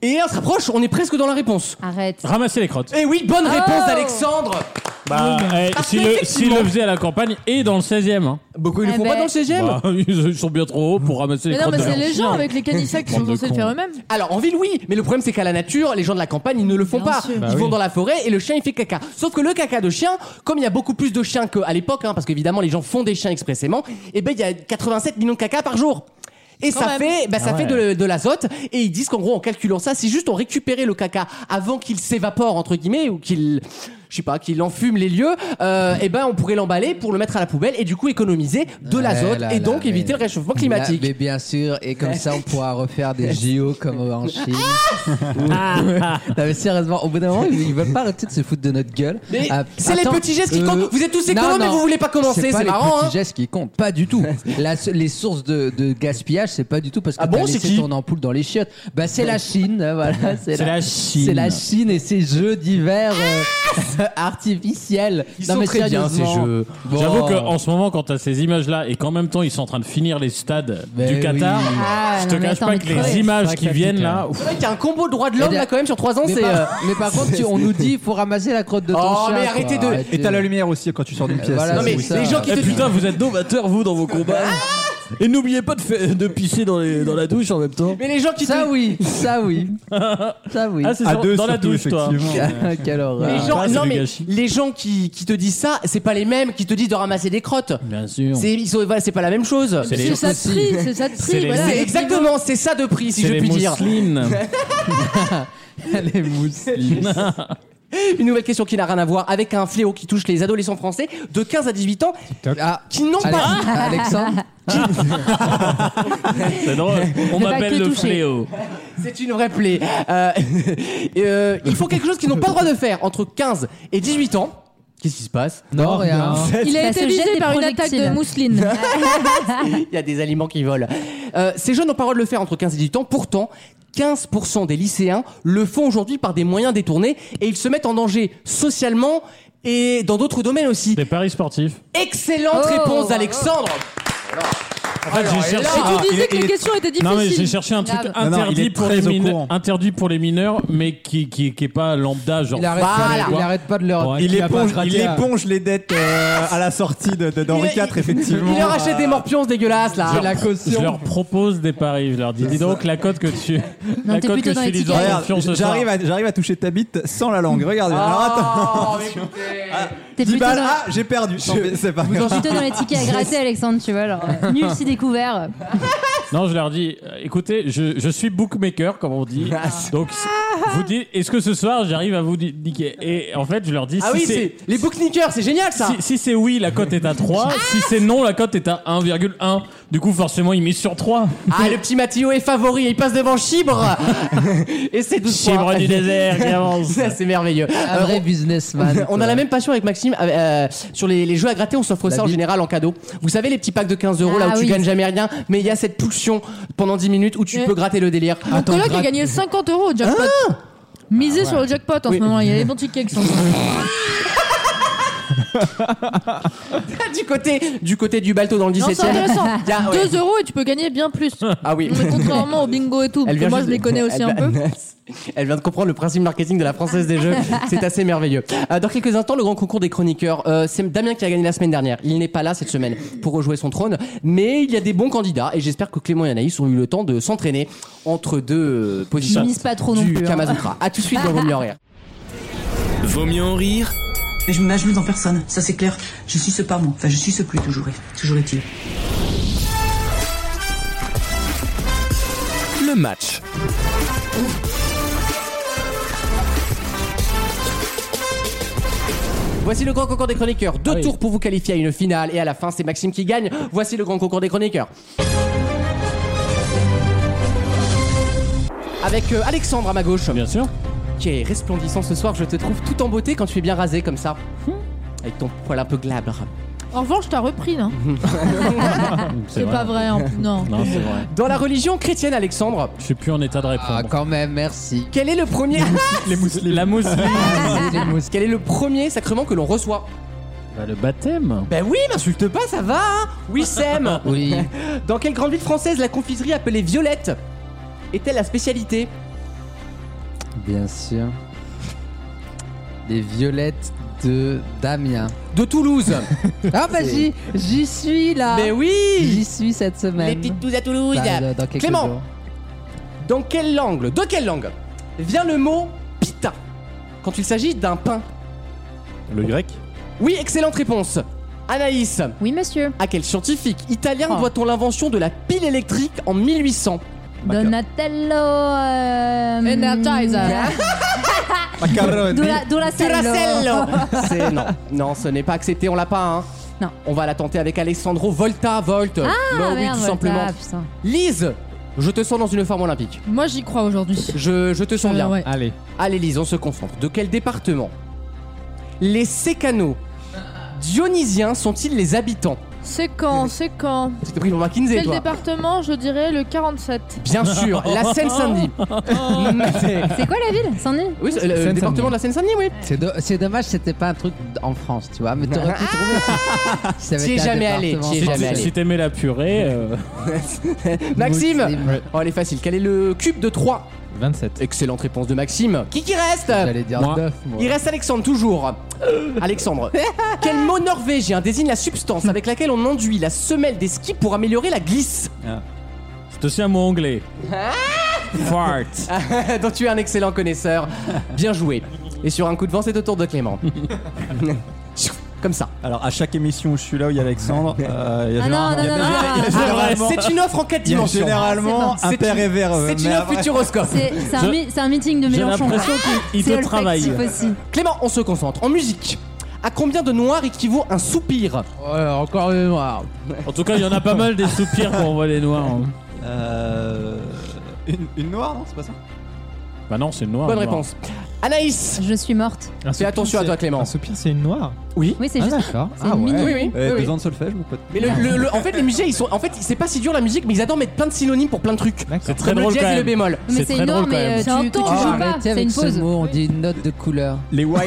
B: et on se rapproche, on est presque dans la réponse.
F: Arrête.
E: Ramasser les crottes.
B: Eh oui, bonne réponse
F: Oh
B: d'Alexandre
E: Bah, eh,
B: Parce
E: si le, si
B: qu'effectivement-
E: le faisait à la campagne et dans le 16 e
B: Beaucoup, ils le
F: Eh
B: font pas
F: ben.
B: dans le 16ème
E: Bah, ils sont bien trop hauts pour ramasser les
D: Mais non,
E: crottes.
D: mais
E: de
D: c'est
E: leurs
D: les gens
E: chiens.
D: avec les canisacs qui sont
E: Bande de
D: censés le
E: cons.
D: faire eux-mêmes.
B: Alors en ville oui, mais le problème c'est qu'à la nature, les gens de la campagne ils ne le font
D: Bien
B: pas.
D: sûr.
B: Ils
C: Bah
B: vont dans la forêt et le chien il fait caca. Sauf que le caca de chien, comme il y a beaucoup plus de chiens qu'à l'époque, hein, parce qu'évidemment les gens font des chiens expressément, et ben il y a 87 millions de caca par jour. Et
D: Quand
B: ça
D: même.
B: fait, bah, ça
E: Ah
B: fait de,
E: ouais.
B: de l'azote. Et ils disent qu'en gros, en calculant ça, si juste on récupérait le caca avant qu'il s'évapore entre guillemets ou qu'il, je sais pas, qu'il enfume les lieux, euh, et ben on pourrait l'emballer pour le mettre à la poubelle et du coup économiser de
C: Ouais,
B: l'azote
C: Ah
B: et
C: là, là,
B: donc
C: mais-
B: éviter le réchauffement climatique.
C: Là, mais bien sûr, et comme ça, on pourra refaire des JO comme en Chine.
B: Ah.
C: non, mais sérieusement, au bout d'un moment, ils ils veulent pas arrêter de se foutre de notre gueule.
B: Mais
C: Ah,
B: c'est les
C: attends,
B: petits gestes qui
C: euh,
B: comptent. Vous êtes tous économes,
C: non,
B: mais
C: non.
B: vous voulez pas commencer,
C: pas
B: c'est
C: les
B: marrant.
C: petits
B: hein.
C: gestes qui comptent, pas du tout. La- les sources de, de gaspillage, c'est pas du tout parce que
B: Ah bon,
C: t'as
B: c'est
C: laissé
B: qui
C: ton ampoule dans les chiottes. Bah c'est la Chine, euh, voilà. C'est
E: C'est
C: la,
E: la Chine.
C: c'est la Chine et ses jeux d'hiver. euh, artificielle.
B: Ils
C: non,
B: sont
C: mais
B: très bien, ces
C: sérieusement.
B: jeux.
C: Bon.
E: J'avoue qu'en ce moment, quand t'as ces images-là et qu'en même temps ils sont en train de finir les stades
C: Mais
E: du Qatar,
C: oui.
F: Ah,
E: je te
F: non, mais
E: cache
F: t'as
E: pas
F: envie
E: que
F: de crever.
E: les images qui viennent
C: hein.
E: là.
B: C'est vrai qu'il y a un combo droit de l'homme
C: Mais
B: là quand même sur 3 ans,
C: Eh Mais
B: c'est.
C: par,
B: euh,
C: mais par contre, tu- on nous dit faut ramasser la crotte de ton
B: Oh,
C: chat.
B: mais
C: quoi.
B: arrêtez de-
L: Et t'as la lumière aussi quand tu sors d'une pièce.
C: Euh,
L: Ah
C: voilà,
B: Non mais
C: c'est
B: les
C: ça.
B: gens qui
E: Eh,
B: te disent.
E: putain, vous êtes novateurs vous dans vos combats. Et n'oubliez pas de, fa- de pisser dans, les- dans la douche en même temps.
B: Mais les gens qui te
C: Ça oui, ça oui, ça oui.
E: Ah, c'est
L: À
E: sur-
L: deux,
E: dans la
L: surtout,
E: douche, toi.
L: effectivement.
C: Quelle horreur.
B: Les gens,
E: Ah, c'est
B: non
E: du
B: mais
E: gâchis.
B: les gens qui, qui te disent ça, c'est pas les mêmes qui te disent de ramasser des crottes.
E: Bien sûr.
B: C'est ils sont- voilà, c'est pas la même chose.
E: C'est les-
D: C'est ça de prix, c'est ça de
E: C'est
D: prix.
E: les-
D: voilà.
B: C'est exactement, c'est ça de prix si
E: c'est
B: je
E: les
B: puis dire.
E: mousselines.
C: les mousses.
B: Une nouvelle question qui n'a rien à voir avec un fléau qui touche les adolescents français de 15 à 18 ans
C: Ah,
B: qui n'ont
C: Alex-
B: pas
C: Alexandre,
E: C'est drôle. On
F: Ne pas
E: m'appelle
F: que
E: le
F: toucher.
E: fléau.
B: C'est une vraie plaie. Euh, et, euh, ils font quelque chose qu'ils n'ont pas le droit de faire entre 15 et 18 ans. Qu'est-ce qui se passe
C: non rien.
D: Il a été
F: Ça se jette
D: visé
F: des
D: par une attaque de
F: projectiles. Ah,
D: mousseline.
B: Il y a des aliments qui volent. Euh, ces jeunes n'ont pas le droit de le faire entre 15 et 18 ans. Pourtant, 15% des lycéens le font aujourd'hui par des moyens détournés et ils se mettent en danger socialement et dans d'autres domaines aussi.
E: Des paris sportifs.
B: Excellente
F: Oh,
B: réponse,
F: bravo.
B: Alexandre.
E: En fait, j'ai cherché.
D: Et tu disais que
L: il
D: les
L: est-
D: questions étaient
E: Non mais j'ai
D: difficiles.
E: cherché un truc
F: Grave.
L: Non, non, il
E: interdit
L: est
E: pour
L: très
E: les
L: au
E: mineurs,
L: courant.
E: interdit pour les mineurs, mais qui qui qui est pas lambda genre.
C: Il arrête,
B: Voilà.
C: pas, il arrête pas de leur.
E: Ouais.
L: Il
G: Il a pas
L: éponge,
G: gratté
L: il
G: à-
L: éponge les dettes euh, à la sortie de- de- d'Henri
B: Il-
L: IV, effectivement.
B: Il leur achète des morpions dégueulasses là.
E: Je leur- Je leur propose des paris, je leur dis. Dis donc la cote que tu.
F: Non,
E: la
F: t'es
E: cote
F: plutôt
E: que
F: dans
E: je
F: les
E: suis
F: tickets.
E: en
L: Regarde,
E: confiance ce soir.
L: j'arrive à, j'arrive à toucher ta bite sans la langue. Regardez. Alors attends.
B: Oh, mais écoutez.
L: 10
F: plutôt
L: balles.
F: dans-
L: Ah, j'ai perdu. Je- C'est pas grave.
F: T'es plutôt dans les tickets à gratter, Alexandre, tu vois. Alors, euh, nul si découvert.
E: Non, je leur dis, euh, écoutez, je, je suis bookmaker, comme on dit. Donc, si- vous dites, est-ce que ce soir, j'arrive à vous di- niquer Et en fait, je leur dis,
B: Ah
E: si
B: oui,
E: c'est...
B: c'est les booknickers, c'est génial ça.
E: Si, si c'est oui, la cote est à 3.
F: Ah.
E: si c'est non, la cote est à 1,1. Du coup, forcément, ils misent sur 3.
B: Ah, le petit Mathieu est favori, il passe devant Chibre. Et c'est 12 points.
E: Chibre du désert qui avance.
B: Ça, c'est merveilleux.
C: Un
B: Euh,
C: vrai businessman.
B: on a la même passion avec Maxime euh, sur les, les jeux à gratter. On s'offre ça en
C: bite.
B: général en cadeau. Vous savez les petits packs de 15 euros là où
F: Ah
B: tu
F: oui.
B: gagnes jamais rien, mais il y a cette pulsion pendant 10 minutes où tu
D: Mais-
B: peux gratter le délire. Ah.
D: Mon coloc a gagné 50 euros au jackpot. Misé
F: Ah,
D: sur le jackpot en
B: Oui.
D: ce moment, il y a des bons tickets qui sont.
B: du côté du côté du Balto dans le
D: Non,
B: 17
D: c'est intéressant.
B: Il y a- Ah, ouais.
D: 2 euros et tu peux gagner bien plus.
B: Ah oui.
D: Mais contrairement au bingo et tout, parce que moi je
B: juste
D: les
B: de-
D: connais aussi
B: elle-
D: un peu.
B: Elle vient de comprendre le principe marketing de la Française des Jeux. C'est assez merveilleux. Euh, dans quelques instants, le grand concours des chroniqueurs. Euh, c'est Damien qui a gagné la semaine dernière. Il n'est pas là cette semaine pour rejouer son trône. Mais il y a des bons candidats et j'espère que Clément et Anaïs ont eu le temps de s'entraîner entre deux euh,
F: Je
B: positions
F: mise pas trop non
B: du
F: plus. hein.
B: Kamasutra. A tout de suite dans Vos mieux en rire.
A: Vaut mieux en rire
N: Je m'agenouille en personne, ça c'est clair. Je suis ce pas moi. Enfin, je suis ce plus toujours, est- toujours est-il.
A: le match.
B: Voici le grand concours des chroniqueurs. Deux
E: Ah oui.
B: tours pour vous qualifier à une finale et à la fin, c'est Maxime qui gagne. Voici le grand concours des chroniqueurs. Avec euh, Alexandre à ma gauche.
E: Bien sûr.
B: qui est resplendissant ce soir. Je te trouve tout en beauté quand tu es bien rasé comme ça.
C: Hmm.
B: Avec ton poil un peu glabre.
D: En revanche, t'as repris, non
F: Ah,
D: C'est
E: vrai.
D: pas vrai, en plus, non.
E: Non, c'est vrai.
B: Dans la religion chrétienne, Alexandre,
E: Je suis plus en état de
C: Ah
E: répondre.
C: quand même, merci.
B: quel est le premier,
E: Les mousselines. La mousseline.
B: Ah. quel est le premier sacrement que l'on reçoit
E: Bah, le baptême.
B: Ben oui, m'insulte pas, ça va. Hein oui, Sam.
C: Oui.
B: Dans quelle grande ville française la confiserie appelée Violette est-elle la spécialité
C: Bien sûr. Les violettes de Damien.
B: De Toulouse.
C: Ah bah j'y, j'y suis là.
B: Mais oui.
C: J'y suis cette semaine.
B: Les petites douces à Toulouse.
C: Bah, dans- dans quelques
B: Clément.
C: jours.
B: Dans quelle langue De quelle langue vient le mot pita quand il s'agit d'un pain
E: Le grec.
B: Oui, excellente réponse. Anaïs.
F: Oui, monsieur.
B: À Ah, quel scientifique italien
F: Oh.
B: doit-on l'invention de la pile électrique en 1800
F: Donatello. Euh...
D: Energizer.
L: Ah, Macaroni.
F: Dura- Duracell.
B: Duracello C'est non, non, ce n'est pas accepté, on l'a pas hein.
F: Non.
B: On va la tenter avec Alessandro Volta Volt. Bah
F: Ah,
B: oui,
F: merde,
B: tout simplement.
F: ah, putain.
B: Lise, je te sens dans une forme olympique.
D: Moi j'y crois aujourd'hui.
B: Je, je te sens
D: Euh,
B: bien.
D: ouais.
G: Allez.
B: Allez Lise, on se concentre. De quel département Les Sécanos dionysiens sont-ils les habitants
D: C'est quand C'est quand
B: Parce que t'as pris pour McKinsey,
D: Quel
B: toi.
D: département Je dirais le 47.
B: Bien sûr, la Seine-Saint-Denis.
F: C'est quoi la ville C'en est
B: oui, c'est le- le,
C: Seine-Saint-Denis.
B: département de la Seine-Saint-Denis, oui.
C: C'est do- c'est dommage, c'était pas un truc en France, tu vois. Mais t'aurais pu trouver. si ça avait
B: T'y es
C: été un
B: jamais allé,
C: département
B: t'y es
C: français.
B: jamais allé.
E: Si t'aimais la purée, euh,
B: Maxime
C: Ouais.
B: Oh, elle est facile. Quel est le cube de 3
G: 27.
B: Excellente réponse de Maxime. Qui qui reste
C: J'allais dire
E: Moi.
C: 9, moi.
B: Il reste Alexandre, toujours. Alexandre. Quel mot norvégien désigne la substance avec laquelle on enduit la semelle des skis pour améliorer la glisse
E: c'est aussi un mot anglais.
B: Ah
E: Fart.
B: dont tu es un excellent connaisseur. Bien joué. Et sur un coup de vent, c'est au tour de Clément. Comme ça.
L: Alors, à chaque émission où je suis là, où il y a Alexandre, euh, il y a
F: Ah non,
L: généralement-
F: non,
L: il y a- il
F: non, non,
L: y a
F: non. Ah,
L: généralement-
B: C'est une offre en 4
L: il y a
B: dimensions.
L: généralement
B: C'est
L: un
B: une-
L: père euh, et verve.
B: C'est
L: mais
B: une offre
L: après-
B: futuroscope.
F: C'est c'est un, mi- c'est un meeting de
E: J'ai
F: Mélenchon.
E: l'impression qu'il
F: C'est
E: te
F: olfactif
E: travaille.
F: aussi.
B: Clément, on se concentre. En musique, à combien de noirs équivaut un soupir
C: Ouais, encore les noirs.
E: En tout cas, il y en a pas mal des soupirs quand on voit les noirs. hein.
L: Euh, Une, une noire, non C'est pas ça
E: Bah non, c'est noir.
B: Bonne
E: noir.
B: réponse. Anaïs,
F: Je suis morte.
G: Un
B: fais
G: soupir,
B: attention à
G: c'est-
B: toi, Clément.
G: Un soupir, c'est une noire.
F: Oui, c'est
G: Ah,
F: juste.
G: d'accord.
F: c'est
G: Ah,
F: mignon.
G: ouais.
B: Oui, oui,
L: Eh,
B: oui,
L: Deux
B: oui.
L: ans de solfège, mon pote.
B: Mais le, le- le- en fait, les musiciens, ils sont. En fait, c'est pas si dur la musique, mais ils adorent mettre plein de synonymes pour plein de trucs.
G: D'accord.
E: Très
B: Comme
E: drôle
B: le
E: quand
B: jazz et le
E: même.
B: bémol.
F: Mais
E: C'est
F: c'est
E: très
F: énorme,
E: drôle,
F: mais
E: quand
F: euh,
E: même.
F: tu,
D: C'est
F: que tu
D: intense.
F: joues
D: Ah,
F: pas.
C: Oh, Arrêtez
F: C'est
C: avec
F: une
C: ce
F: pause.
C: mot, on dit une note de couleur.
L: Les whites.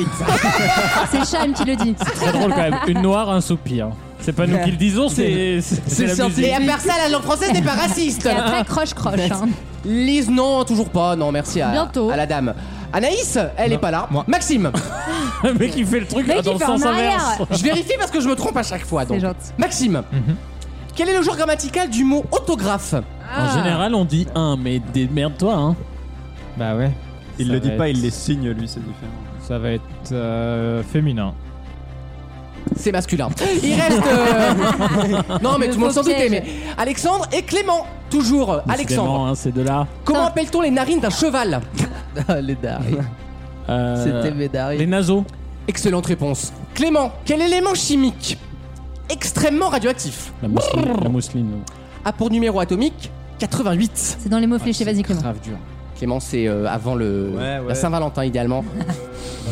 F: C'est Chaim qui le dit.
E: Très drôle quand même. Une noire, un soupir. C'est pas nous qui le disons, c'est c'est la musique.
B: Et à part ça, la langue française n'est pas raciste.
F: Et après, croche-croche. hein.
B: Lise, non, toujours pas. Non, merci à,
D: Bientôt.
B: à la dame. Anaïs, elle est pas là. Maxime,
E: Le mec il fait le truc euh,
F: Mec,
E: dans
F: il
E: le
F: fait en
E: sens inverse.
F: arrière.
B: je vérifie parce que je me trompe à chaque fois.
F: C'est
B: Donc.
F: gentil.
B: Maxime, quel est le genre grammatical du mot autographe
E: En
F: Ah.
E: général, on dit un, mais démerde-toi. Hein.
G: Bah ouais.
L: Il
G: Ça
L: le
G: va
L: dit pas,
G: être-
L: il les signe, lui, c'est différent.
G: Ça va être euh, féminin.
B: C'est masculin. Il reste. euh, non, mais
F: Le
B: tout le monde s'en
F: faux
B: doutait.
F: piège.
B: Mais Alexandre et Clément, toujours. Alexandre,
E: Décidément, hein, c'est de là.
B: comment appelle-t-on les narines d'un cheval
C: Ah, les darés.
E: Euh,
C: C'était mes darés.
E: les naseaux.
B: Excellente réponse. Clément, quel élément chimique extrêmement radioactif
E: La mousseline. la mousseline.
B: a pour numéro atomique 88
F: C'est dans les mots fléchés,
B: Ah,
F: vas-y Clément.
G: Grave dur.
B: Clément, c'est euh, avant le
L: Ouais, ouais.
B: la Saint-Valentin idéalement.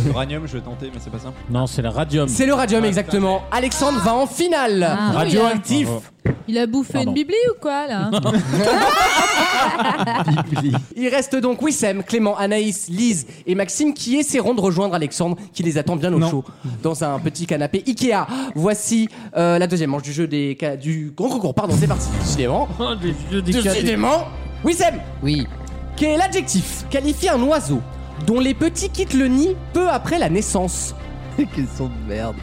L: L'uranium, je vais tenter, mais c'est pas ça.
E: Non, c'est le radium.
B: C'est le radium exactement. Alexandre va en finale.
F: Ah.
E: Radioactif.
D: Il a bouffé
E: Pardon.
D: une bibli ou quoi là hein
B: Il reste donc Wissem, Clément, Anaïs, Lise et Maxime qui essaieront de rejoindre Alexandre qui les attend bien au chaud dans un petit canapé Ikea. Voici euh, la deuxième manche du jeu des ca- du grand concours. Pardon, c'est parti. Décidément.
E: Oh, des yeux des cadets.
B: Décidément. Wissem,
C: Oui.
B: quel est l'adjectif qualifie un oiseau dont les petits quittent le nid peu après la naissance
C: Quels sont de merde.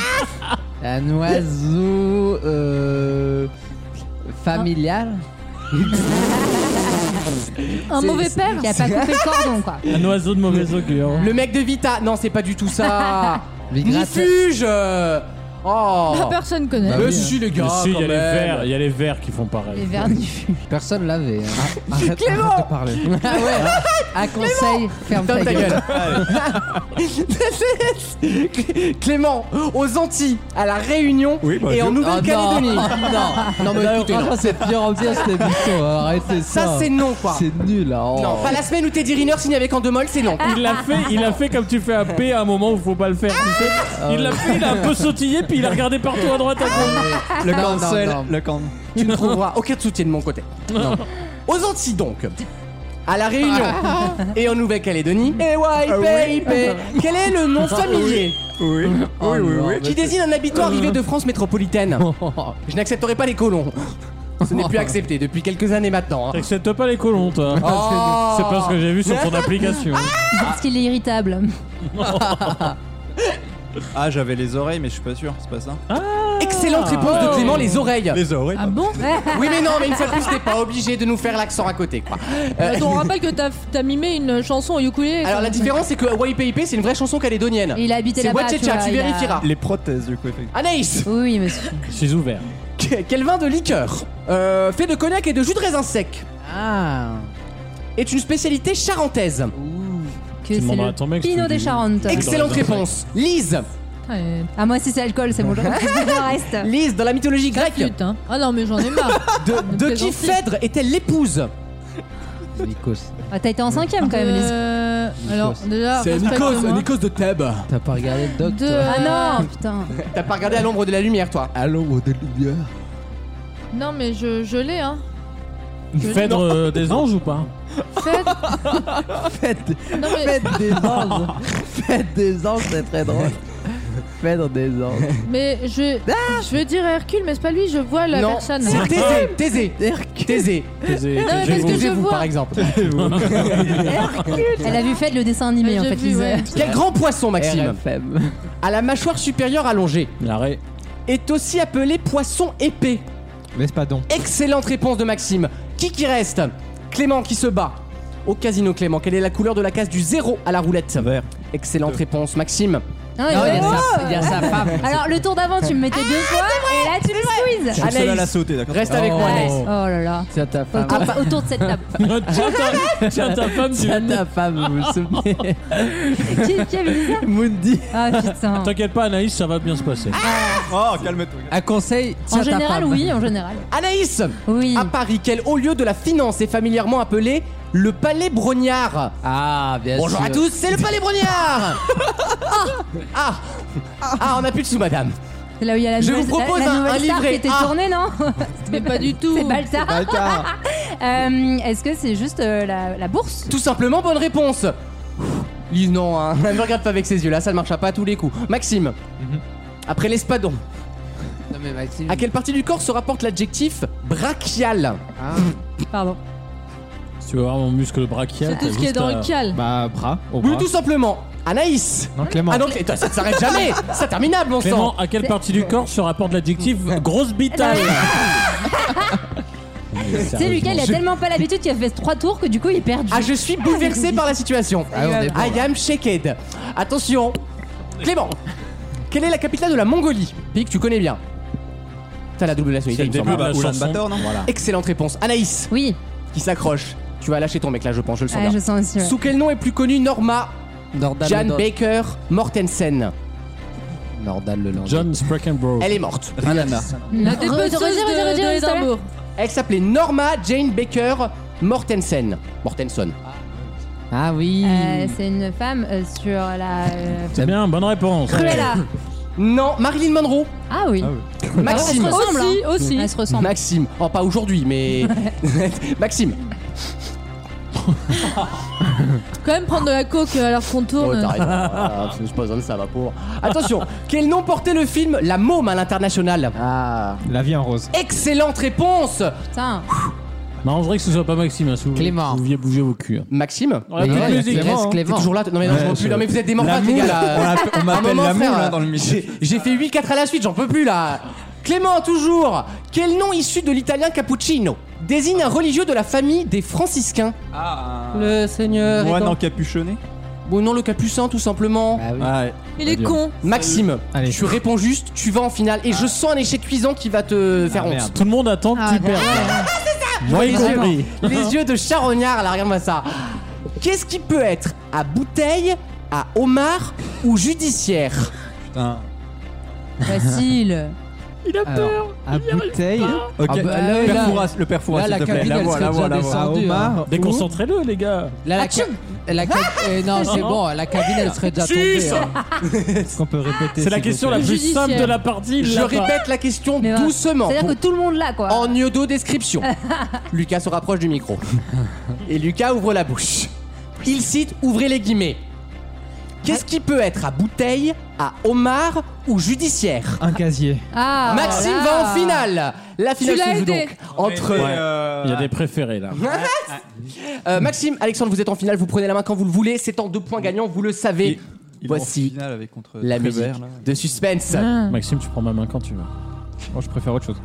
C: un oiseau euh, familial.
D: Un
C: C'est-
D: mauvais père
F: Qui a pas coupé le cordon quoi.
E: Un oiseau de mauvais augure.
B: Le mec de Vita. Non, c'est pas du tout ça.
C: Migrateur.
B: Nifuge. euh, Oh.
D: La personne connaît.
C: Bah
B: Mais
C: oui,
B: si, les gars,
E: Mais si, il y
B: quand
E: a les
B: même.
E: verts, il y a les verts qui font
F: Les
E: pareil.
F: verres du fût.
C: Personne l'avait. hein.
G: Arrête,
B: Clément
G: arrête de parler.
C: Ah ouais. À conseil, ferme
B: Ferme
C: ta
B: ta
C: gueule.
B: gueule. Clément, aux Antilles, à la Réunion
L: Oui, bah,
B: et en
L: je-
E: Ah
B: Nouvelle-Calédonie.
C: Ah, non, non, mais écoutez, franchement, c'est pire en pire cette émission. hein. Arrêtez ça.
B: Ça, c'est non, quoi.
C: C'est nul. hein. Oh.
B: Non, pas la semaine où Teddy Riner signe avec Endemol, c'est non.
E: Il l'a fait, il a fait comme tu fais un P à un moment où faut pas le faire. tu sais. Il l'a fait, il a un peu sautillé, puis il a regardé partout à droite à gauche.
L: Le
C: Non, non,
L: cancel,
C: non.
L: le cancel.
B: Tu ne trouveras aucun soutien de mon côté. Non. Aux Antilles, donc. À la Réunion
E: Ah.
B: et en Nouvelle-Calédonie. Et ouais, baby. Quel est le nom familier Oh
L: Oui, oui, oui, oui.
B: qui désigne un habitant arrivé de France métropolitaine
E: Oh.
B: Je n'accepterai pas les colons. Ce n'est plus accepté depuis quelques années maintenant. hein.
E: T'acceptes pas les colons, toi.
B: Oh.
E: Oh. C'est pas ce que j'ai vu sur ton application.
F: Parce qu'il est irritable.
L: Ah, j'avais les oreilles, mais je suis pas sûr, c'est pas ça.
B: Oh.
E: Ah.
B: Excellente réponse de Clément, les oreilles.
L: Les oreilles
D: Ah bon
B: Oui, mais non, mais une fois de plus, t'es pas obligé de nous faire l'accent à côté, quoi. Euh,
D: Attends, on rappelle que t'as t'as mimé une chanson au ukulélé.
B: alors, la différence, c'est que YPIP, c'est une vraie chanson calédonienne.
F: Et il a habité
B: C'est
F: là-bas.
B: Wachecha,
F: vois,
B: tu
F: il a-
B: vérifieras.
L: Les prothèses, du coup, effectivement.
B: Anaïs,
F: Oui, oui, monsieur.
E: Je suis ouvert.
B: que- quel vin de liqueur euh, fait de cognac et de jus de raisin sec
C: Ah.
B: est une spécialité charentaise
F: Que c'est
E: demanderas à ton
F: le
E: mec si tu
F: Pinot
E: me
F: des
E: dis-
F: Charentes.
E: Ex-
B: Excellente
E: raisin
B: réponse. Lise,
D: Ouais,
F: Ah, moi, si c'est alcool, c'est bon. je refuse le reste.
B: Lise, dans la
D: hein.
B: mythologie grecque,
D: putain. Ah non, mais j'en ai marre.
B: de, de qui
D: gentil.
B: Phèdre est-elle l'épouse
C: Nikos.
F: Ah, T'as été en cinquième quand même, Lise.
D: Euh, alors, déjà.
A: C'est Nikos,
D: respecte-moi.
A: Nikos de Thèbes.
C: T'as pas regardé le doc
D: De-
C: toi
F: Ah
D: euh,
F: non, putain.
B: T'as pas regardé à l'ombre de la lumière, toi
C: À l'ombre de lumière.
D: Non, mais je, je l'ai, hein. Je-
E: Phèdre euh, des anges ou pas
D: Faites.
C: Faites,
D: Non, mais,
C: faites des anges. faites des anges, c'est très drôle. Faites des anges.
D: mais je, je veux dire Hercule, mais c'est pas lui, je vois la
B: Ah Non,
D: personne.
B: c'est Thésée, Thésée, Thésée,
E: Taisez-
D: mais
E: taisez-vous.
D: Ah, parce que je
B: Taisez-vous,
D: vois.
B: par exemple.
F: Elle a vu fait le dessin animé
D: Ouais,
F: en
D: j'ai
F: fait,
D: vu,
F: Lise.
D: ouais.
B: Quel grand poisson, Maxime,
C: RFM.
B: à la mâchoire supérieure allongée,
E: L'arrêt.
B: est aussi appelé poisson épais.
G: L'espadon.
B: Excellente réponse de Maxime. Qui qui reste Clément qui se bat. Au casino Clément, quelle est la couleur de la case du 0 à la roulette
G: Vert.
B: Excellente réponse Maxime.
F: Non, il
C: Non, il y
F: fait
C: a
F: beau.
C: sa- il y a sa femme.
F: Alors le tour d'avant, tu me mettais deux fois et là tu me squeezes.
L: Je suis le seul à
B: Anaïs.
L: la sauter, d'accord
B: Reste avec
C: Oh.
B: moi Anaïs.
F: Oh là là.
C: Tiens ta femme.
F: Autour, autour de cette table.
E: Tiens ta, tiens ta femme, tu-
C: Tiens ta femme, vous vous souvenez
F: qui, qui avait dit ça
C: Mundi.
F: Ah putain.
E: T'inquiète pas Anaïs, ça va bien se passer.
L: Oh, calme-toi.
C: Un conseil, tiens
F: En
C: ta
F: général,
C: femme.
F: oui, en général. Ah,
B: Anaïs
F: Oui.
B: À Paris, quel haut lieu de la finance est familièrement appelé le Palais Brognard
C: Ah, bien
B: Bonjour
C: sûr.
B: à tous, c'est le Palais Brognard ah, ah Ah, on a plus de sous madame.
F: C'est là où il y a la
B: Je
F: nouvelle,
B: vous propose
F: la- la
B: un-
F: nouvelle
B: un
F: star
B: livret
F: qui était
B: A.
F: tournée, non
D: Mais pas du tout.
F: C'est pas le star.
L: Baltard.
F: Euh, Est-ce que c'est juste euh, la, la bourse
B: Tout simplement, bonne réponse Lise, non, hein. ne me regarde pas avec ses yeux là, ça ne marchera pas à tous les coups. Maxime,
C: Mhm.
B: après l'espadon,
C: Non, mais Maxime.
B: à quelle partie du corps se rapporte l'adjectif brachial
C: Ah.
F: Pardon.
E: Si tu veux voir mon muscle brachial.
D: C'est tout ce qui est dans le cal.
G: Bah, bras. Au
B: Oui,
G: bras.
B: tout simplement, Anaïs
G: Non, Clément.
B: Ah non, ça ne s'arrête jamais C'est interminable, mon sang
E: Clément, à quelle partie du corps se rapporte l'adjectif grosse bitaille
B: Ah.
F: Tu sais, Lucas, il a tellement pas l'habitude qu'il a fait trois tours que du coup il est perdu.
B: Ah, je suis bouleversé par la situation.
C: Ah, on est bon,
B: I am shaken. Attention. Clément, quelle est la capitale de la Mongolie Pays que tu connais bien. T'as la double nationalité,
E: C'est
B: il
E: le
B: me semble.
E: début
C: bah.
E: de la
L: Oulan
E: chanson.
L: Bator, non
E: Voilà.
B: Excellente réponse. Anaïs,
F: Oui,
B: qui s'accroche. Tu vas lâcher ton mec là, je pense, je le sens
F: Ah,
B: bien.
F: je sens aussi. ouais.
B: Sous quel nom est plus connue Norma
C: Nordal
B: Jan
C: Lelandais.
B: Baker Mortensen
C: Nordal le Landais.
E: John Sprackenbrough.
B: Elle est morte.
C: Rien à voir.
D: La
F: Re-
D: déposeuse
F: redire, redire,
D: de,
F: redire,
D: de
F: s'il te plaît.
D: Édimbourg.
B: Elle s'appelait Norma Jane Baker Mortensen. Mortenson.
C: Ah oui.
F: Euh, c'est une femme euh, sur la. euh,
E: C'est bien, bonne réponse.
F: Cruella.
B: Non, Marilyn Monroe.
F: Ah oui.
B: Maxime.
F: Elle se ressemble.
D: Aussi,
F: hein.
D: aussi.
F: Elle se ressemble.
B: Maxime. Oh, pas aujourd'hui, mais. Maxime.
D: Quand même prendre de la coke euh, alors qu'on
B: Oh,
D: tourne.
B: t'arrêtes, voilà, je pas besoin de ça, va pour. Attention, quel nom portait le film La Môme à l'international
C: Ah.
G: La vie en rose.
B: Excellente réponse
F: Putain.
E: Non, je voudrais que ce soit pas Maxime, hein, si vous
C: Clément.
E: vous vouliez bouger vos culs. hein.
B: Maxime
E: On a plus de
C: il y a
E: Ah, musique.
C: Clément, hein.
B: T'es toujours là t- Non mais non, je
G: Ouais,
B: m'en plus.
G: je-
B: Non mais vous êtes des morphates, les gars
G: euh,
B: là.
L: On
B: Un
L: m'appelle
B: moment,
L: la moule
B: frère,
L: hein, dans le milieu.
B: J'ai j'ai fait 8-4 à la suite, j'en peux plus là. Clément, toujours. Quel nom issu de l'italien cappuccino désigne un religieux de la famille des franciscains
L: Ah,
B: Le Seigneur.
L: Moine encapuchonné
B: Bon, non, le capucin tout simplement.
C: Bah oui.
L: Ouais.
D: Il est
G: bien.
D: con.
B: Maxime,
G: Allez.
B: tu réponds juste, tu vas en finale et je sens un échec cuisant qui va te faire honte.
G: merde.
E: Tout le monde attend que
F: Ah,
E: tu perdes. Moi y
B: Vraiment.
E: compris.
B: Les yeux de charognard, là, regarde-moi ça. Qu'est-ce qui peut être à bouteille, à homard ou judiciaire
L: Putain.
F: Facile.
G: Alors, à bouteille.
L: Ok,
B: euh,
C: Ah bah, là,
L: le
C: là.
L: perforas, le perforas,
C: Là,
L: s'il
C: la
L: te plaît.
C: cabine,
L: La
C: elle
L: voix, la
C: serait
L: voix,
C: déjà
L: la voix.
C: descendue. hein.
G: Omar.
E: Déconcentrez-le, les gars.
C: Là, la ca- la ca- euh, Non, c'est bon, la cabine, elle serait déjà tombée. hein.
G: Est-ce qu'on peut répéter
E: C'est la
G: s'il vous
E: question
G: plaît
E: la plus
D: Judiciaire.
E: simple de la partie.
B: Je
E: là-bas.
B: répète la question
F: Mais voilà.
B: doucement.
F: C'est-à-dire
B: pour-
F: que tout le monde l'a quoi.
B: En pseudo-description. Lucas se rapproche du micro. Et Lucas ouvre la bouche. Il cite Ouvrez les guillemets. Qu'est-ce qui peut être à bouteille, à homard ou judiciaire
G: Un casier.
F: Ah,
B: Maxime
F: voilà.
B: va en finale. La finale
D: l'as
B: se joue
D: aidé.
B: donc entre
L: Ouais, euh,
E: Il y a des préférés là.
B: Euh, Maxime, Alexandre, vous êtes en finale, vous prenez la main quand vous le voulez, c'est en deux points gagnants, vous le savez.
L: Et il va en
B: Voici
L: finale avec contre
B: la musique
L: Prévert, là.
B: de suspense.
D: Hein Ah.
E: Maxime, tu prends ma main quand tu veux.
G: Moi, Oh, je préfère autre chose.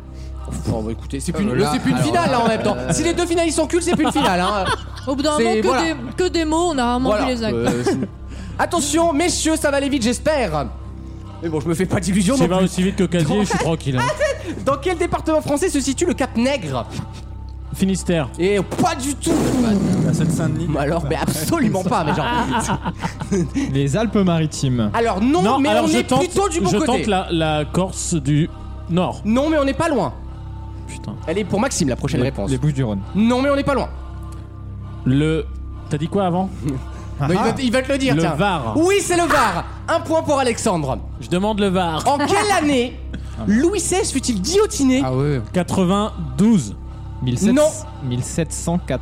B: Bon, bah, écoutez, c'est plus,
C: Euh, là,
B: c'est plus une
C: alors
B: finale
C: là,
B: là en même temps.
C: euh,
B: Si les deux finalistes s'enculent, c'est plus une finale. Hein.
D: Au bout d'un
B: C'est-
D: moment, que,
B: voilà.
D: des, que des mots, on a rarement
B: Voilà.
D: vu les actes.
B: Euh, c'est- Attention, messieurs, ça va aller vite, j'espère. Mais bon, je me fais pas d'illusions.
E: Ça
B: non
E: va
B: plus.
E: aussi vite que casier, je suis tranquille. hein.
B: Dans quel département français se situe le Cap Nègre
E: Finistère.
B: Et pas du tout.
L: La Seine-Saint-Denis.
B: Mais Alors, mais absolument pas, mais genre.
G: Les Alpes-Maritimes.
B: Alors non, mais
E: alors
B: on
E: je
B: est
E: tente,
B: plutôt du bon
E: je
B: côté.
E: tente la, la Corse du Nord.
B: Non, mais on n'est pas loin.
E: Putain.
B: Elle est pour Maxime la prochaine
G: Les-
B: réponse.
G: Les Bouches-du-Rhône.
B: Non, mais on n'est pas loin.
E: le. T'as dit quoi avant
B: Bah, il, va, il va te le dire,
E: Ah Le
B: tiens.
E: VAR.
B: Oui, c'est le VAR. Un point pour Alexandre.
E: Je demande le VAR.
B: En quelle année Louis XVI fut-il guillotiné
C: Ah ouais.
E: 92.
G: 1700
B: Non.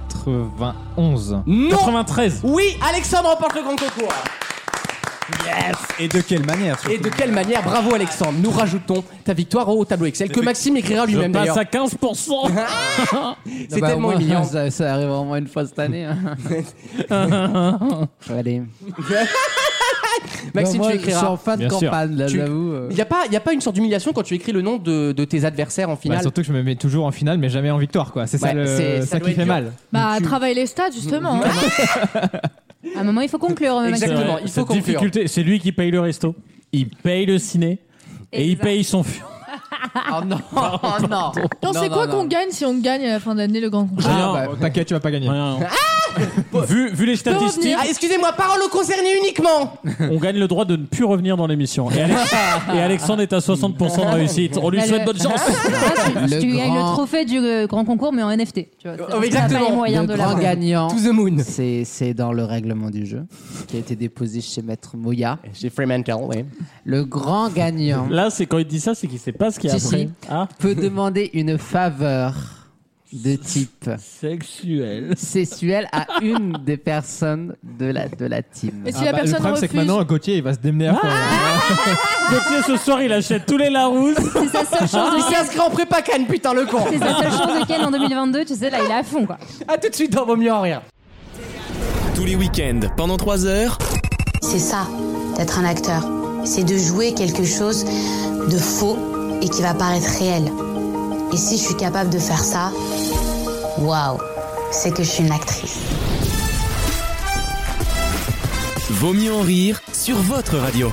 G: 1791.
B: Non
E: 93.
B: Oui, Alexandre remporte le grand concours.
L: Et de quelle manière surtout
B: Et de quelle manière Bravo Alexandre, nous rajoutons ta victoire au tableau Excel que Maxime écrira
E: Je
B: lui-même
E: passe
B: d'ailleurs.
E: à 15%.
B: C'est tellement humiliant.
C: Bah, Ça, ça arrive au moins une fois cette année. hein. Allez.
B: Maxime,
C: Bah, moi,
B: tu
C: Je suis
B: écriras.
C: en fin de
G: Bien sûr.
C: campagne, là,
B: Tu-
C: j'avoue. euh.
B: Il n'y a, pas- il y a pas une sorte d'humiliation quand tu écris le nom de, de tes adversaires en
G: Bah,
B: finale
G: surtout que je me mets toujours en finale, mais jamais en victoire, quoi. C'est ça,
B: Ouais,
G: le-
B: c'est- ça
G: ça
B: doit
G: qui
B: être
G: fait
B: dur.
G: mal.
D: Bah, travaille les stats, justement. hein.
F: À un moment, il faut conclure. euh, Maxime.
B: Exactement,
E: Ouais,
B: il faut
E: cette
B: conclure.
E: difficulté, c'est lui qui paye le resto, il paye le ciné et il
F: Exact.
E: paye son fioul.
B: Oh non, oh non.
D: Non, c'est
B: non,
D: quoi
B: non.
D: qu'on gagne si on gagne à la fin de l'année le grand
C: Ah,
D: concours
E: Rien,
C: bah,
G: Oh, T'inquiète, tu vas pas gagner.
E: rien. vu, vu les statistiques,
B: Ah, excusez-moi, parole au concerné uniquement.
E: on gagne le droit de ne plus revenir dans l'émission. Et, Alex-
B: Ah.
E: et Alexandre est à 60% de réussite. On lui
F: Elle-
E: souhaite bonne chance.
F: Ah, tu-
C: Le
F: tu gagnes
C: grand-
F: le trophée du euh, grand concours, mais en NFT. Tu vois, ça-
B: Oh,
F: ça a pas
B: exactement.
F: les moyens
C: le
F: de
C: grand
F: l'avoir.
C: gagnant,
B: To the moon.
C: c'est c'est dans le règlement du jeu qui a été déposé chez Maître Moya.
B: J'ai Fremantle, oui.
C: Le grand
B: Ah.
C: gagnant
E: Là, c'est quand il dit ça, c'est qu'il sait pas ce qu'il y a
C: Si,
E: après.
C: si.
E: Ah,
C: peut demander une faveur de type
E: sexuel.
C: sexuel à une des personnes de la, de la team.
D: Et si
G: Ah
D: la
G: bah, le
D: personne
G: problème, c'est que
D: refuse
G: maintenant, Gauthier, il va se démener à fond.
B: Ah
E: Gauthier, ce soir, il achète tous les Larousse.
F: C'est sa seule chance
B: Il
F: de
B: s'est inscrit en prépa Cannes, putain, le
D: Ah.
B: con.
F: C'est sa seule chance de Ken en 2022, tu sais, là, il est à fond, quoi.
B: A tout de suite dans Vaut mieux en rire.
A: Tous les week-ends, pendant 3 heures,
O: C'est ça, d'être un acteur. C'est de jouer quelque chose de faux et qui va paraître réel. Et si je suis capable de faire ça, waouh, c'est que je suis une actrice.
A: Vaut mieux en rire sur votre radio.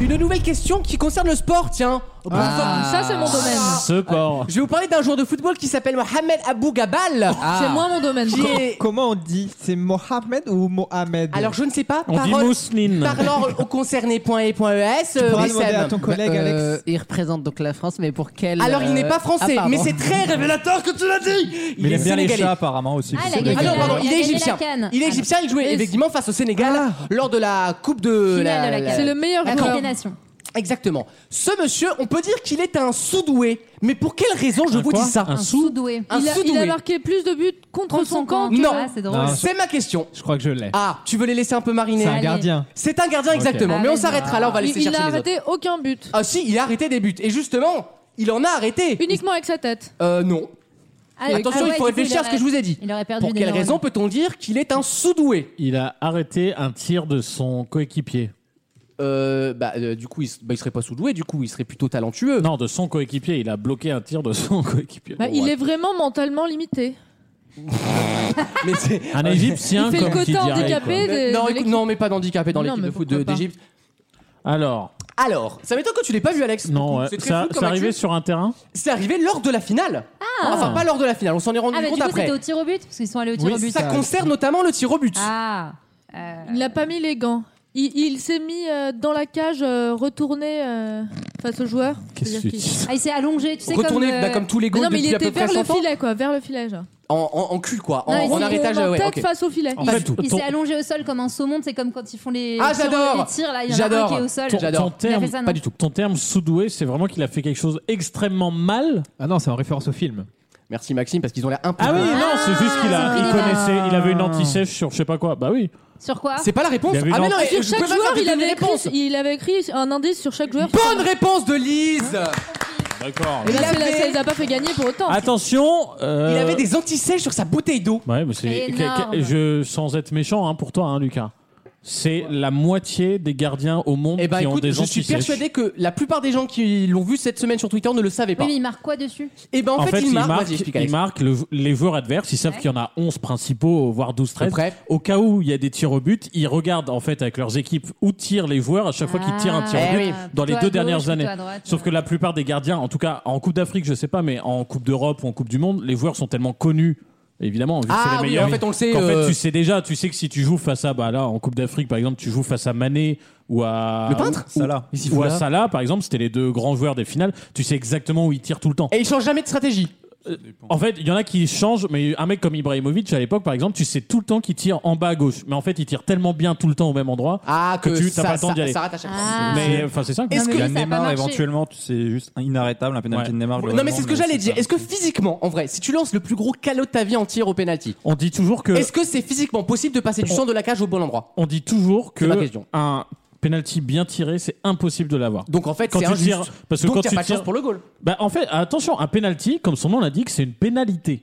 B: Une nouvelle question qui concerne le sport, tiens. Pour
D: Ah, Ça, c'est mon domaine.
E: Ce porc.
B: Je vais vous parler d'un joueur de football qui s'appelle Mohamed Abou Gabal.
F: Ah.
D: C'est moins mon domaine.
B: Qui est-
G: Comment on dit C'est Mohamed ou Mohamed
B: Alors je ne sais pas.
E: On dit
B: parole-
E: mousseline.
B: Parlant au concerné.et.es. euh,
G: pourras
B: oui,
G: demander
B: Seb.
G: à ton collègue,
C: Euh,
G: Alex.
C: Il représente donc la France, mais pour quelle
B: Alors il n'est pas français,
C: ah, pardon.
B: mais c'est très révélateur que tu l'as dit. Il
G: Mais il
B: est
G: aime bien les
B: sénégalais.
G: chats, apparemment, aussi.
F: Ah,
G: parce
F: la
G: que-
F: gueule.
B: Ah non,
F: Il a-
B: pardon, il
F: il
B: est
F: a gagné la
B: égyptien.
F: canne.
B: Il est égyptien, il jouait
D: Et-
B: effectivement face au Sénégal lors de la Coupe de
F: Finale de la canne.
D: C'est le meilleur
F: La Coupe
D: joueur.
F: des Nations.
B: Exactement. Ce monsieur, on peut dire qu'il est un sous-doué. Mais pour quelle raison je
E: Un
B: vous
E: quoi
B: dis ça
E: Un
F: Un sous-doué.
B: Un
D: Il a, il
B: sous-doué.
D: a marqué plus de buts contre,
F: Contre
D: son camp.
B: Non.
F: Ah, c'est drôle.
G: Non,
B: C'est ma question.
G: Je crois que je l'ai.
B: Ah, tu veux les laisser un peu mariner
G: C'est un
F: allez.
G: gardien.
B: C'est un gardien, exactement.
F: Ah,
B: Mais on
F: vas-y.
B: s'arrêtera là, on va
D: Il,
B: laisser
D: il
B: chercher
D: a
B: les autres.
D: arrêté aucun but.
B: Ah si, il a arrêté des buts. Et justement, il en a arrêté.
D: Uniquement avec sa tête.
B: Euh, non.
F: Ah,
B: Attention, il
F: ah ouais,
B: faut
F: du coup,
B: réfléchir à
F: aurait-
B: ce que je vous ai dit.
F: Il aurait perdu
B: Pour
F: des
B: quelle
F: neurones.
B: raison peut-on dire qu'il est un sous-doué
E: Il a arrêté un tir de son coéquipier.
B: euh, bah, euh, du coup, il, s- bah, il serait pas sous-doué, du coup, il serait plutôt talentueux.
E: Non, de son coéquipier. Il a bloqué un tir de son coéquipier.
D: Bah, il est vraiment mentalement limité.
B: Mais c'est-
E: Un Égyptien
D: Il fait le
E: comme qui
D: quota
E: dirait,
D: handicapé
E: quoi.
D: des-
B: non,
D: de
B: écoute,
D: l'équipe.
B: non, mais pas d'handicapé dans
D: Non,
B: l'équipe
D: mais
B: de foot
D: pourquoi
B: de-
D: pas
B: d'Égypte.
E: Alors,
B: Alors, ça m'étonne que tu l'aies pas vu, Alex.
E: non, ouais.
B: c'est très
E: ça,
B: fou
E: ça
B: comme
E: arrivait
B: actu.
E: sur un terrain.
B: C'est arrivé lors de la finale. Enfin, pas lors de la finale, on s'en est rendu
F: Ah, bah, du
B: compte
F: coup,
B: après.
F: c'était au tir au but, parce qu'ils sont allés au tir
B: Oui,
F: au but.
E: Ah,
B: ça concerne notamment le tir au but.
F: Ah. euh,
D: Il n'a pas mis les gants. Il, il s'est mis euh, dans la cage, euh, retourné euh, face au joueur.
E: Qu'est-ce que
D: C'est-à-dire
E: tu
D: qu'il-
E: dis
F: Ah, il s'est allongé, tu sais,
B: Retourner
F: comme...
B: bah,
F: euh,
B: comme, tous les
D: Mais
B: goals
D: non, mais il
B: depuis à peu
D: était
B: près
D: vers le
B: 100 ans.
D: filet, quoi. Vers le filet, genre.
B: En, en- en cul, quoi. En,
F: Non, ils
B: en
F: sont
B: arrêtage,
D: en
B: ouais,
D: tête
B: ok.
D: face au filet.
E: En
B: Pas
E: fait,
B: du tout.
F: Il
E: ton-
F: s'est allongé au sol comme un saumon, c'est comme quand ils font les
B: Ah,
F: sur-
B: j'adore.
F: les tirs là, il y en a
B: J'adore.
F: un qui est au sol.
E: ton-
B: J'adore.
E: ton
F: Il a
E: terme,
F: fait ça, non
E: pas du tout. Ton terme sous-doué, c'est vraiment qu'il a fait quelque chose extrêmement mal.
G: Ah non, c'est en référence au film.
B: Merci Maxime, parce qu'ils ont l'air un peu.
E: Ah oui, non, c'est juste qu'il a,
F: c'est
E: il
F: dommage.
E: connaissait, il avait une anti-sèche sur je sais pas quoi. Bah oui.
F: Sur quoi
B: C'est pas la réponse.
E: Il y
B: Ah,
E: avait une
B: mais non,
E: entrée.
B: et
D: Sur
B: je
D: chaque
B: peux pas faire
D: joueur,
B: toutes
D: il
B: les
D: avait,
B: réponses.
D: écrit, il avait écrit un indice sur chaque joueur.
B: Bonne réponse de Euh. Lise
E: D'accord.
D: Et là,
B: Il
D: c'est la-
B: avait-
D: ça les a pas fait gagner pour autant.
E: Attention. euh,
B: Il avait des antisèches sur sa bouteille d'eau.
E: Ouais, mais c'est.
F: Énorme.
E: que- que- Je, sans être méchant hein, pour toi, hein, Lucas. C'est la moitié des gardiens au monde
B: Eh ben
E: qui ont
B: écoute,
E: des
B: je suis
E: antisèches.
B: persuadé que la plupart des gens qui l'ont vu cette semaine sur Twitter ne le savaient pas.
F: Oui, mais il marque quoi dessus
B: Et ben en, fait, il marque. Vas-y, explique,
E: il
B: Alex.
E: marque le- les joueurs adverses. Ils savent
F: Ouais.
E: qu'il y en a 11 principaux, voire 12, 13.
B: Après.
E: Au cas où il y a des tirs au but, ils regardent en fait avec leurs équipes où tirent les joueurs à chaque fois qu'ils tirent un tir
B: Ah,
E: au but
B: oui.
E: dans les
F: Plutôt à
E: deux
F: gauche,
E: dernières
F: plutôt
E: années.
F: à droite,
E: Sauf
F: ouais.
E: que la plupart des gardiens, en tout cas en Coupe d'Afrique, je sais pas, mais en Coupe d'Europe ou en Coupe du Monde, les joueurs sont tellement connus Évidemment, vu que
B: Ah
E: c'est les
B: oui,
E: meilleurs.
B: en fait, on le sait,
E: qu'en
B: euh,
E: fait, tu sais déjà, tu sais que si tu joues face à, bah là, en Coupe d'Afrique, par exemple, tu joues face à Mané ou à.
B: Le peintre
E: ou,
B: Salah.
E: ou-
B: Ici,
E: ou à
B: Foula.
E: Salah, par exemple, c'était les deux grands joueurs des finales. Tu sais exactement où ils tirent tout le temps.
B: Et ils changent jamais de stratégie.
E: En fait, il y en a qui changent, mais un mec comme Ibrahimovic à l'époque, par exemple, tu sais tout le temps qu'il tire en bas à gauche. Mais en fait, il tire tellement bien tout le temps au même endroit
B: ah,
E: que, tu
B: ça-
E: t'as pas le temps
B: ça-
E: d'y aller.
B: ça rate à chaque fois.
E: Mais enfin, c'est ça.
B: Ah. Est-ce que-
L: Il y a
B: Ça a pas
L: Neymar
B: marché.
L: éventuellement, tu sais, juste un inarrêtable, un pénalty
E: Ouais.
L: de Neymar.
B: Non mais c'est ce que j'allais dire. Est-ce que physiquement, en vrai, si tu lances le plus gros calot de ta vie en tir au penalty,
E: on dit toujours que
B: est-ce que c'est physiquement possible de passer du centre de la cage au bon endroit
E: On dit toujours
B: C'est ma
E: que
B: question.
E: un penalty bien tiré, c'est impossible de l'avoir.
B: Donc en fait,
E: Quand
B: c'est
E: tu
B: injuste.
E: tires- parce que
B: Donc
E: quand
B: il y a
E: tu
B: pas de
E: tires-
B: chance pour le goal.
E: Bah, en fait, attention, un penalty, comme son nom l'indique, c'est une pénalité.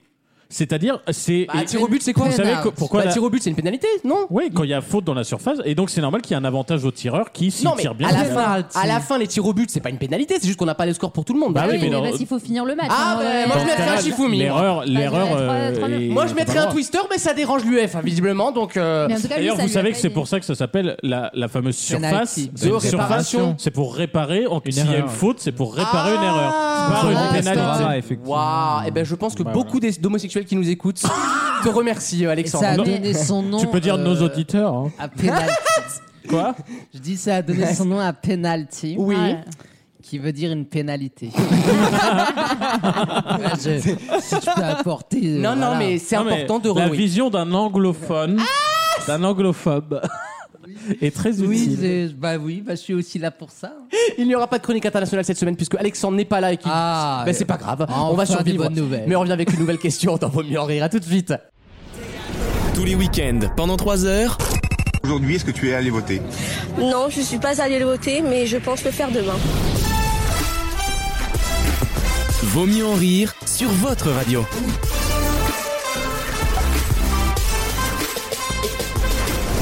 E: C'est-à-dire, c'est.
B: Bah,
E: et-
B: tir au but, c'est quoi
E: Vous savez que- pourquoi
B: Bah,
E: la-
B: tir au but, c'est une pénalité, non
E: Oui, quand il y a faute dans la surface, et donc c'est normal qu'il y ait un avantage au tireur qui, s'il
B: Non mais
E: tire bien,
B: à la
E: il-
B: fin, à la fin, les tirs au but, c'est pas une pénalité. C'est juste qu'on n'a pas le score pour tout le monde.
E: Bah
F: Ah
E: oui,
F: oui,
E: mais
F: mais
E: dans-
F: parce qu'il faut finir le match.
B: Ah,
F: hein,
B: bah,
F: ouais.
B: moi, je mettrais un
E: cas-là,
B: Shifumi.
E: L'erreur,
F: Bah, il y a
E: l'erreur.
F: trois-
E: euh,
F: trois-
E: est-
B: Moi, je
E: t'as
B: mettrais
E: pas
B: un
E: le droit.
B: twister, mais ça dérange l'UEFA visiblement. Donc euh,
F: Mais en tout cas, lui,
E: D'ailleurs,
F: ça
E: vous
F: lui a
E: savez
F: pas
E: que c'est
F: aidé.
E: pour ça que ça s'appelle la, la fameuse surface.
B: Penalty.
E: C'est une
B: De
E: surface,
B: réparation.
E: c'est pour réparer. En, s'il y a une
G: erreur.
E: faute, c'est pour réparer une erreur.
B: Ah,
E: C'est pas
B: ah,
E: une
B: c'est
E: pénalité.
B: vrai.
G: Ah, effectivement.
B: Waouh, et ben je pense que
E: Bah,
B: beaucoup des- d'homosexuels qui nous écoutent te remercient, euh, Alexandre.
C: Ça a
E: Non.
C: donné son nom.
E: Tu peux dire
C: euh,
E: nos auditeurs. hein.
C: À penalty.
E: Quoi
C: Je dis ça a donné son nom à penalty.
B: Oui.
F: Ouais.
C: Qui veut dire une pénalité. Ouais, je- si tu peux apporter. euh,
B: Non, non,
C: voilà.
B: mais c'est
E: Non, mais
B: important de Ah
E: La
B: re- oui.
E: vision d'un anglophone, d'un anglophobe, est très
C: Oui,
E: utile.
C: je- bah oui, bah je suis aussi là pour ça.
B: Il n'y aura pas de chronique internationale cette semaine puisque Alexandre n'est pas là et qu'il.
C: Ah,
B: Ben, c'est pas grave, on
C: enfin
B: va
C: des
B: survivre.
C: bonnes nouvelles.
B: Mais on revient avec une nouvelle question dans Vaut mieux en rire. À tout de suite.
A: Tous les week-ends, pendant 3 heures,
P: Aujourd'hui, est-ce que tu es allé voter
Q: Non, je suis pas allée le voter, mais je pense le faire demain.
A: Vaut mieux en rire sur votre radio.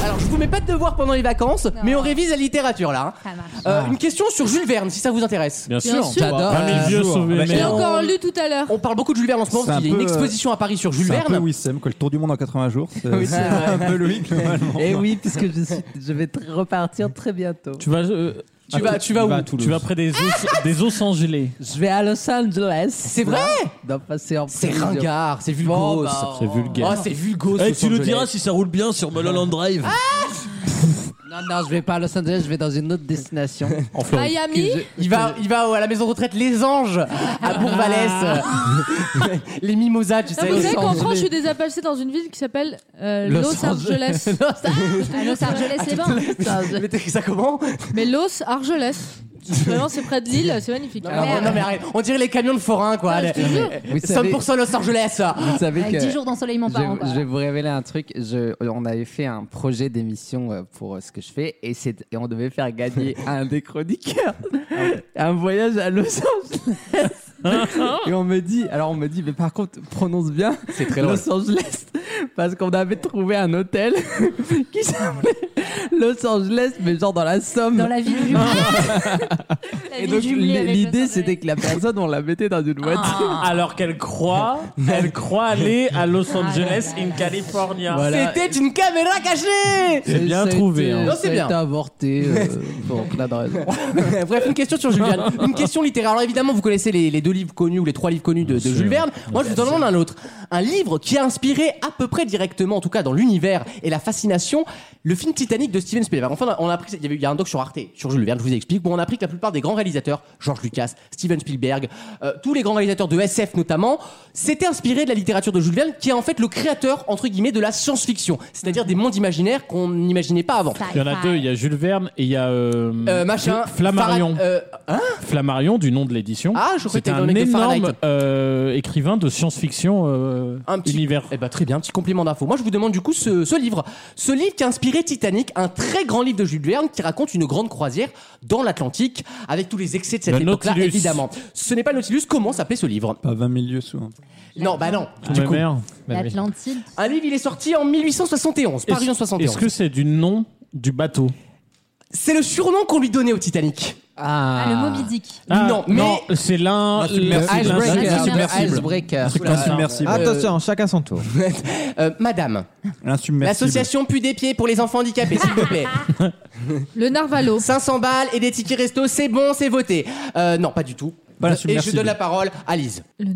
B: Alors, je vous mets pas de devoir pendant les vacances, mais on révise la littérature là. hein.
F: Ça marche.
B: Euh,
C: Ah.
B: Une question sur Jules Verne, si ça vous intéresse.
E: Bien sûr.
D: sûr.
C: J'adore.
E: 20
B: Ah,
E: 000 vieux
G: Bonjour.
E: sauvés.
G: Bah,
D: J'ai
E: merde.
D: encore lu tout à l'heure.
B: On parle beaucoup de Jules Verne en ce moment
L: C'est
B: parce
L: un
B: qu'il y a une
L: peu, euh,
B: exposition à Paris sur Jules
L: C'est un peu
B: Verne.
L: Wissem, que le tour du monde en 80 jours. C'est
B: Oui,
L: c'est
B: c'est vrai.
L: un peu Loïc, globalement.
C: Et Eh oui, puisque je, suis- je vais tr- repartir très bientôt.
E: Tu vas, euh,
B: Tu vas, tu vas où Ah
G: va à
E: tu
G: Toulouse.
E: vas près des os, des os sans gelée.
C: Je vais à Los Angeles.
B: C'est vrai
C: Non, passer en
B: C'est
C: prison.
B: ringard, c'est
C: Bon,
B: vulgose.
C: bah,
E: C'est vulgaire.
B: Oh, c'est vulgose.
E: Eh,
B: ce Los Angeles.
E: si ça roule bien sur Mulholland
B: Ah.
E: Drive.
C: Non, non, je vais pas à Los Angeles, je vais dans une autre destination.
E: en Floride.
D: Miami
C: Que je-
B: Il va, il va à la maison de retraite Les Anges à Bourg-Valais. les mimosas, tu
D: Non,
B: sais.
D: Ah, vous savez
B: Los
D: qu'en
B: Angeles.
D: France, je suis désappelée dans une ville qui s'appelle euh,
C: Los
D: Los Ah, Angeles.
F: À Los Angeles, les bains.
B: Mais t'as écrit ça comment
D: Mais Los Angeles. Vraiment, c'est près de Lille, c'est magnifique.
B: Ah,
F: merde.
B: Non mais arrête, on dirait les camions de forains quoi.
D: Ah, je
B: Les-
D: te jure.
C: Vous savez-
B: 100% Los Angeles.
C: Vous savez
F: Avec
C: que
F: 10 jours d'ensoleillement par an.
C: je,
F: quoi.
C: je vais vous révéler un truc. Je- on avait fait un projet d'émission euh, pour euh, ce que je fais et, c'est- et on devait faire gagner à un des chroniqueurs un voyage à Los Angeles. et on me dit, alors on me dit, mais par contre, prononce bien
B: C'est très drôle.
C: Los Angeles parce qu'on avait trouvé un hôtel qui s'appelait Los Angeles, mais genre dans la Somme.
F: Dans la ville jumelée.
D: Ah,
F: La
C: et
F: ville
C: donc
F: jumelée
C: l'i-
F: avec
C: l'idée
F: Los
C: c'était que la personne on la mettait dans une
B: Ah.
C: voiture.
E: Ah. Alors qu'elle croit, elle croit aller à Los
B: Ah,
E: Angeles in California.
C: Voilà.
B: C'était une caméra cachée
E: C'est bien trouvé, hein.
B: Non, c'est
C: c'est
B: bien.
C: bien. avorté euh, pour plein de raisons.
B: Bref, une question sur Jules Verne. Une question littéraire. Alors évidemment, vous connaissez les, les deux livres connus ou les trois livres connus de, de Jules Verne. Moi, je vous en demande un autre. Un livre qui a inspiré à peu près directement, en tout cas dans l'univers et la fascination, le film Titanic de Steven Spielberg. Enfin, on a appris, il y, avait, il y a un doc sur Arte, sur Jules Verne, je vous explique. Bon, on a appris que la plupart des grands réalisateurs, George Lucas, Steven Spielberg, euh, tous les grands réalisateurs de SF notamment, s'étaient inspirés de la littérature de Jules Verne, qui est en fait le créateur, entre guillemets, de la science-fiction. C'est-à-dire des mondes imaginaires qu'on n'imaginait pas avant.
F: Angeles.
E: Il y en a deux, il y a Jules Verne et il y a euh,
B: Euh, machin.
E: Flammarion.
B: Farad- euh, hein
E: Flammarion du nom de l'édition.
B: Ah, je croyais que
E: C'est
B: t'avais le
E: un
B: mec de Fahrenheit.
E: énorme euh, écrivain de science-fiction euh,
B: Un petit-
E: univers.
B: Eh ben très bien, petit compliment d'info. Moi je vous demande du coup ce, ce livre. Ce livre qui a inspiré Titanic, un très grand livre de Jules Verne qui raconte une grande croisière dans l'Atlantique avec tous les excès de cette
E: Le
B: époque-là
E: Nautilus.
B: évidemment. Ce n'est pas le Nautilus, comment s'appelait ce livre
L: Pas 20 000 lieux sous. hein.
B: Non, bah non.
E: Du coup,
D: Bah
F: L'Atlantide.
B: Un livre il est sorti en 1871, Paris en
E: est-ce, est-ce
B: 71.
E: que c'est du nom du bateau
B: C'est le surnom qu'on lui donnait au Titanic.
F: Ah, le Moby Dick.
E: Ah,
B: Ah, Non, mais-
E: c'est l'un
B: L'insubmersible.
E: l'insubmersible.
C: Icebreaker.
E: Ah,
G: Ah,
L: L'insubmersible.
G: Attention, chacun son tour.
B: Euh, madame,
L: L'insubmersible.
B: l'association Pu des pieds pour les enfants handicapés, s'il vous plaît.
D: Le Narvalo.
B: 500 balles et des tickets resto, c'est bon, c'est voté. Euh, non, pas du tout. Voilà, et je
E: submersible.
B: donne la parole à Lise.
D: Le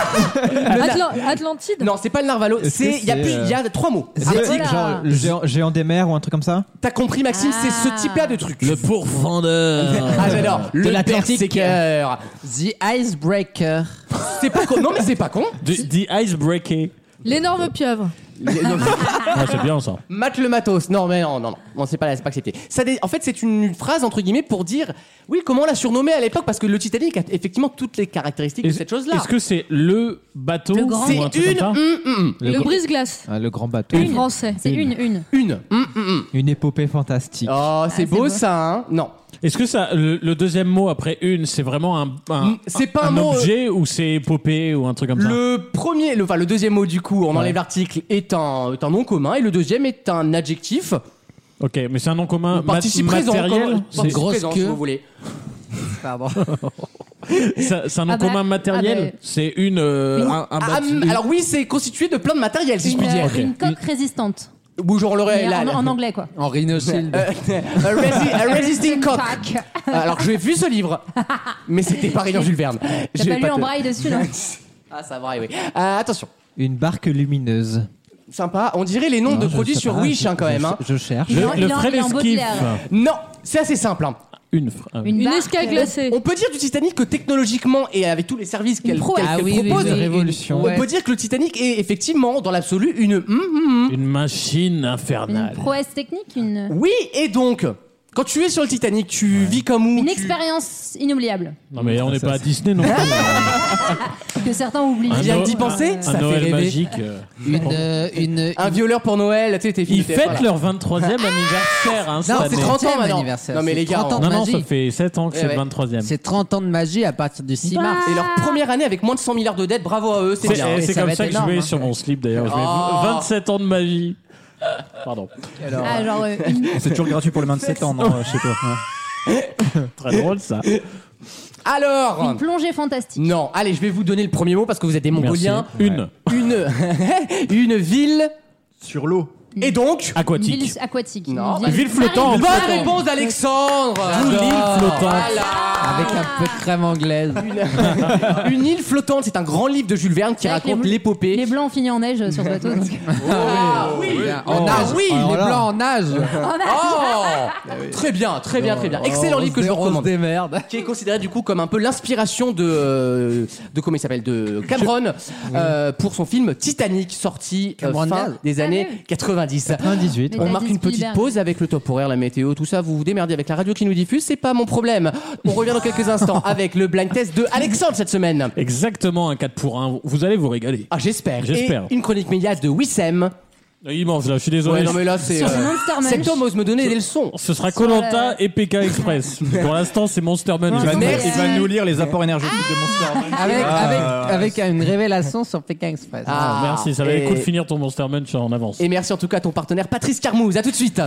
D: Atlan- Atlantide
B: Non, c'est pas le narvalo,
G: Est-ce que
B: c'est il y a
G: c'est,
B: plus
G: euh,
B: il y a trois mots.
G: Zé-
B: Arctique.
G: genre le géant, géant des mers ou un truc comme ça
B: T'as compris Maxime, c'est ce type-là de truc. Le
E: pourfendeur.
B: Ah j'adore.
C: De
B: Le
C: l'Atlantique.
B: persécœur.
C: The Icebreaker.
B: C'est pas con. Non mais c'est pas con.
E: The Icebreaker.
D: L'énorme pieuvre.
E: Ah, c'est bien ça.
B: Mate le matos. Non, mais non, non, non, non c'est pas, c'est pas accepté. Ça, dé- en fait, c'est une, une phrase entre guillemets pour dire, oui, comment on l'a surnommé à l'époque, parce que le Titanic a effectivement toutes les caractéristiques de cette chose-là.
E: Est-ce que c'est le bateau
B: Le
E: ou
B: grand-
E: un
B: C'est
E: truc
B: une-
E: comme ça
D: Le,
G: gr-
D: brise-glace.
G: Ah, le grand bateau.
D: Une. Français.
F: C'est une, une.
B: Une.
G: Une épopée fantastique.
B: Oh, c'est beau, ça, hein Non.
E: Est-ce que ça, le, le deuxième mot après une, c'est vraiment un, un,
B: c'est pas un mot, euh,
E: objet ou c'est épopée ou un truc comme ça
B: Le premier, le, enfin, le deuxième mot du coup, on
E: Ouais.
B: enlève l'article, est un, est un nom commun, et le deuxième est un adjectif.
E: Ok, mais c'est un nom commun mat-
B: participe présent,
E: matériel.
B: comme- participe présent, si vous voulez.
C: Pardon.
E: Ça- C'est un nom
B: Ah bah,
E: commun matériel.
B: ah bah.
E: C'est une euh, un, un
B: Ah,
E: bâti-
B: hum, alors oui, c'est constitué de plein de matériel, si je
F: Une,
B: puis dire.
F: euh, une coque résistante.
B: Ou genre l'aurait
F: Mais
B: là.
F: en,
B: là.
F: en anglais, quoi.
C: En rhinocéros.
B: Euh, a resi- a resisting cock.
F: Cock.
B: Alors j'ai vu ce livre, mais c'était pas dans Jules Verne.
F: T'as
B: Je
F: pas
B: vais
F: lu
B: te-
F: en braille dessus, non
B: Ah ça braille, oui. Euh, attention,
G: Une barque lumineuse.
B: sympa. On dirait les noms
L: Ah,
G: Non,
B: de
G: je
B: produits
G: sais
B: sur
G: pas,
B: Wish
G: je-
B: hein, quand
G: je-
B: même. hein.
G: Je cherche.
E: Le-
F: Il
E: le
F: en-
E: Fred
F: il en
E: Esquif.
F: Baudelaire.
B: Non, c'est assez simple. hein.
E: Une. fr- ah oui.
F: Une,
D: Une
F: barque.
D: escale glacée.
B: On peut dire du Titanic que technologiquement et avec tous les services qu'elle
F: prouesse.
B: qu'elle-
F: Ah
B: qu'elle
F: oui, oui,
B: propose,
F: oui, oui.
G: Révolution.
B: on peut dire que le Titanic est effectivement dans l'absolu une. hum, hum, hum.
E: Une machine
F: Une
E: infernale.
F: prouesse technique, une,
B: Oui et donc. Quand tu es sur le Titanic, tu vis comme où
F: une
B: tu-
F: expérience inoubliable
E: Non mais on n'est pas à Disney non plus.
F: que certains oublient.
B: Il vient d'y
E: Noël-
B: penser,
E: un
B: Ah, ça fait
E: Noël
B: rêver.
E: magique. euh.
C: Une, euh, une,
B: Un violeur pour Noël, tu sais, t'es
E: Ils
B: flippé,
E: fêtent
B: voilà.
E: leur 23e anniversaire hein, cette
B: Non, c'est
E: année.
B: 30 ans
C: Septième
B: maintenant.
C: anniversaire,
B: Non, mais
C: c'est
B: les gars,
C: 30 ans.
B: on-
E: Non, non,
C: Magie.
E: ça fait 7 ans que
B: Eh
E: c'est
B: ouais.
E: le 23e.
C: C'est 30 ans de magie à partir du 6 mars.
B: Et leur première année avec moins de 100 milliards de dettes, bravo à eux, c'est
E: C'est-
B: bien.
E: eh,
C: ça
E: C'est
C: va
E: comme
C: être
E: ça que je
C: énorme,
E: mets
C: hein.
E: sur mon slip d'ailleurs. Je mets
B: Oh.
E: 27 ans de magie. Pardon.
F: Ah, genre, euh, une-
L: C'est toujours gratuit pour les 27 ans, non, euh, chez toi.
E: Très drôle ça.
B: Alors
F: une plongée fantastique.
B: Non, allez, je vais vous donner le premier mot parce que vous êtes des Mongoliens.
E: Merci. Une
B: Une, une ville.
L: Sur l'eau.
B: Et donc
F: Une
E: aquatique.
F: ville aquatique.
B: Non,
F: une
E: ville flottante.
B: Bonne
E: Flottant.
B: réponse d'Alexandre
E: Une île flottante.
C: Avec un peu de crème anglaise.
B: Voilà. Une île flottante, c'est un grand livre de Jules Verne qui
F: Avec
B: raconte
F: les-
B: l'épopée.
F: Les blancs ont fini en neige euh, sur le bateau. donc-
B: Ah oui
C: En nage.
B: oui,
C: les
B: les
C: blancs en nage.
B: Oh Très bien, très bien, très bien. Excellent livre que je vous recommande.
C: Oh, des merdes.
B: qui est considéré du coup comme un peu l'inspiration de euh, de comment il s'appelle de Cameron euh, pour son film Titanic sorti euh,
C: Cameron
B: fin
C: Diaz.
B: des années
F: Ah oui.
B: 90.
G: 98.
F: Mais
B: On
F: t'as
B: marque
F: dit
B: une petite
F: Spielberg.
B: pause avec le top horaire, la météo, tout ça. Vous vous démerdez avec la radio qui nous diffuse, c'est pas mon problème. On revient dans quelques instants avec le blind test de Alexandre cette semaine.
E: Exactement un 4 pour 1. Vous allez vous régaler.
B: Ah, j'espère.
E: J'espère.
B: Et une chronique média de Wissem.
E: Immense Ah, là, je suis désolé.
B: Ouais, non, mais là, c'est. euh,
F: Sur Monster Munch.
B: Cet homme ose me donner des leçons.
E: Ce sera Colanta et PK Express. Pour l'instant, c'est Monster
F: Il
E: Man.
F: va
L: Il va,
F: nous-
B: Merci.
L: il va nous lire les apports énergétiques de Monster Munch.
C: Avec,
L: Ah,
C: avec,
L: ouais.
C: avec une révélation sur Pékin Express.
B: Ah,
E: Merci, ça va
B: et-
E: être cool de finir ton Monster Man en avance.
B: Et merci en tout cas à ton partenaire Patrice Carmouze. À tout de suite.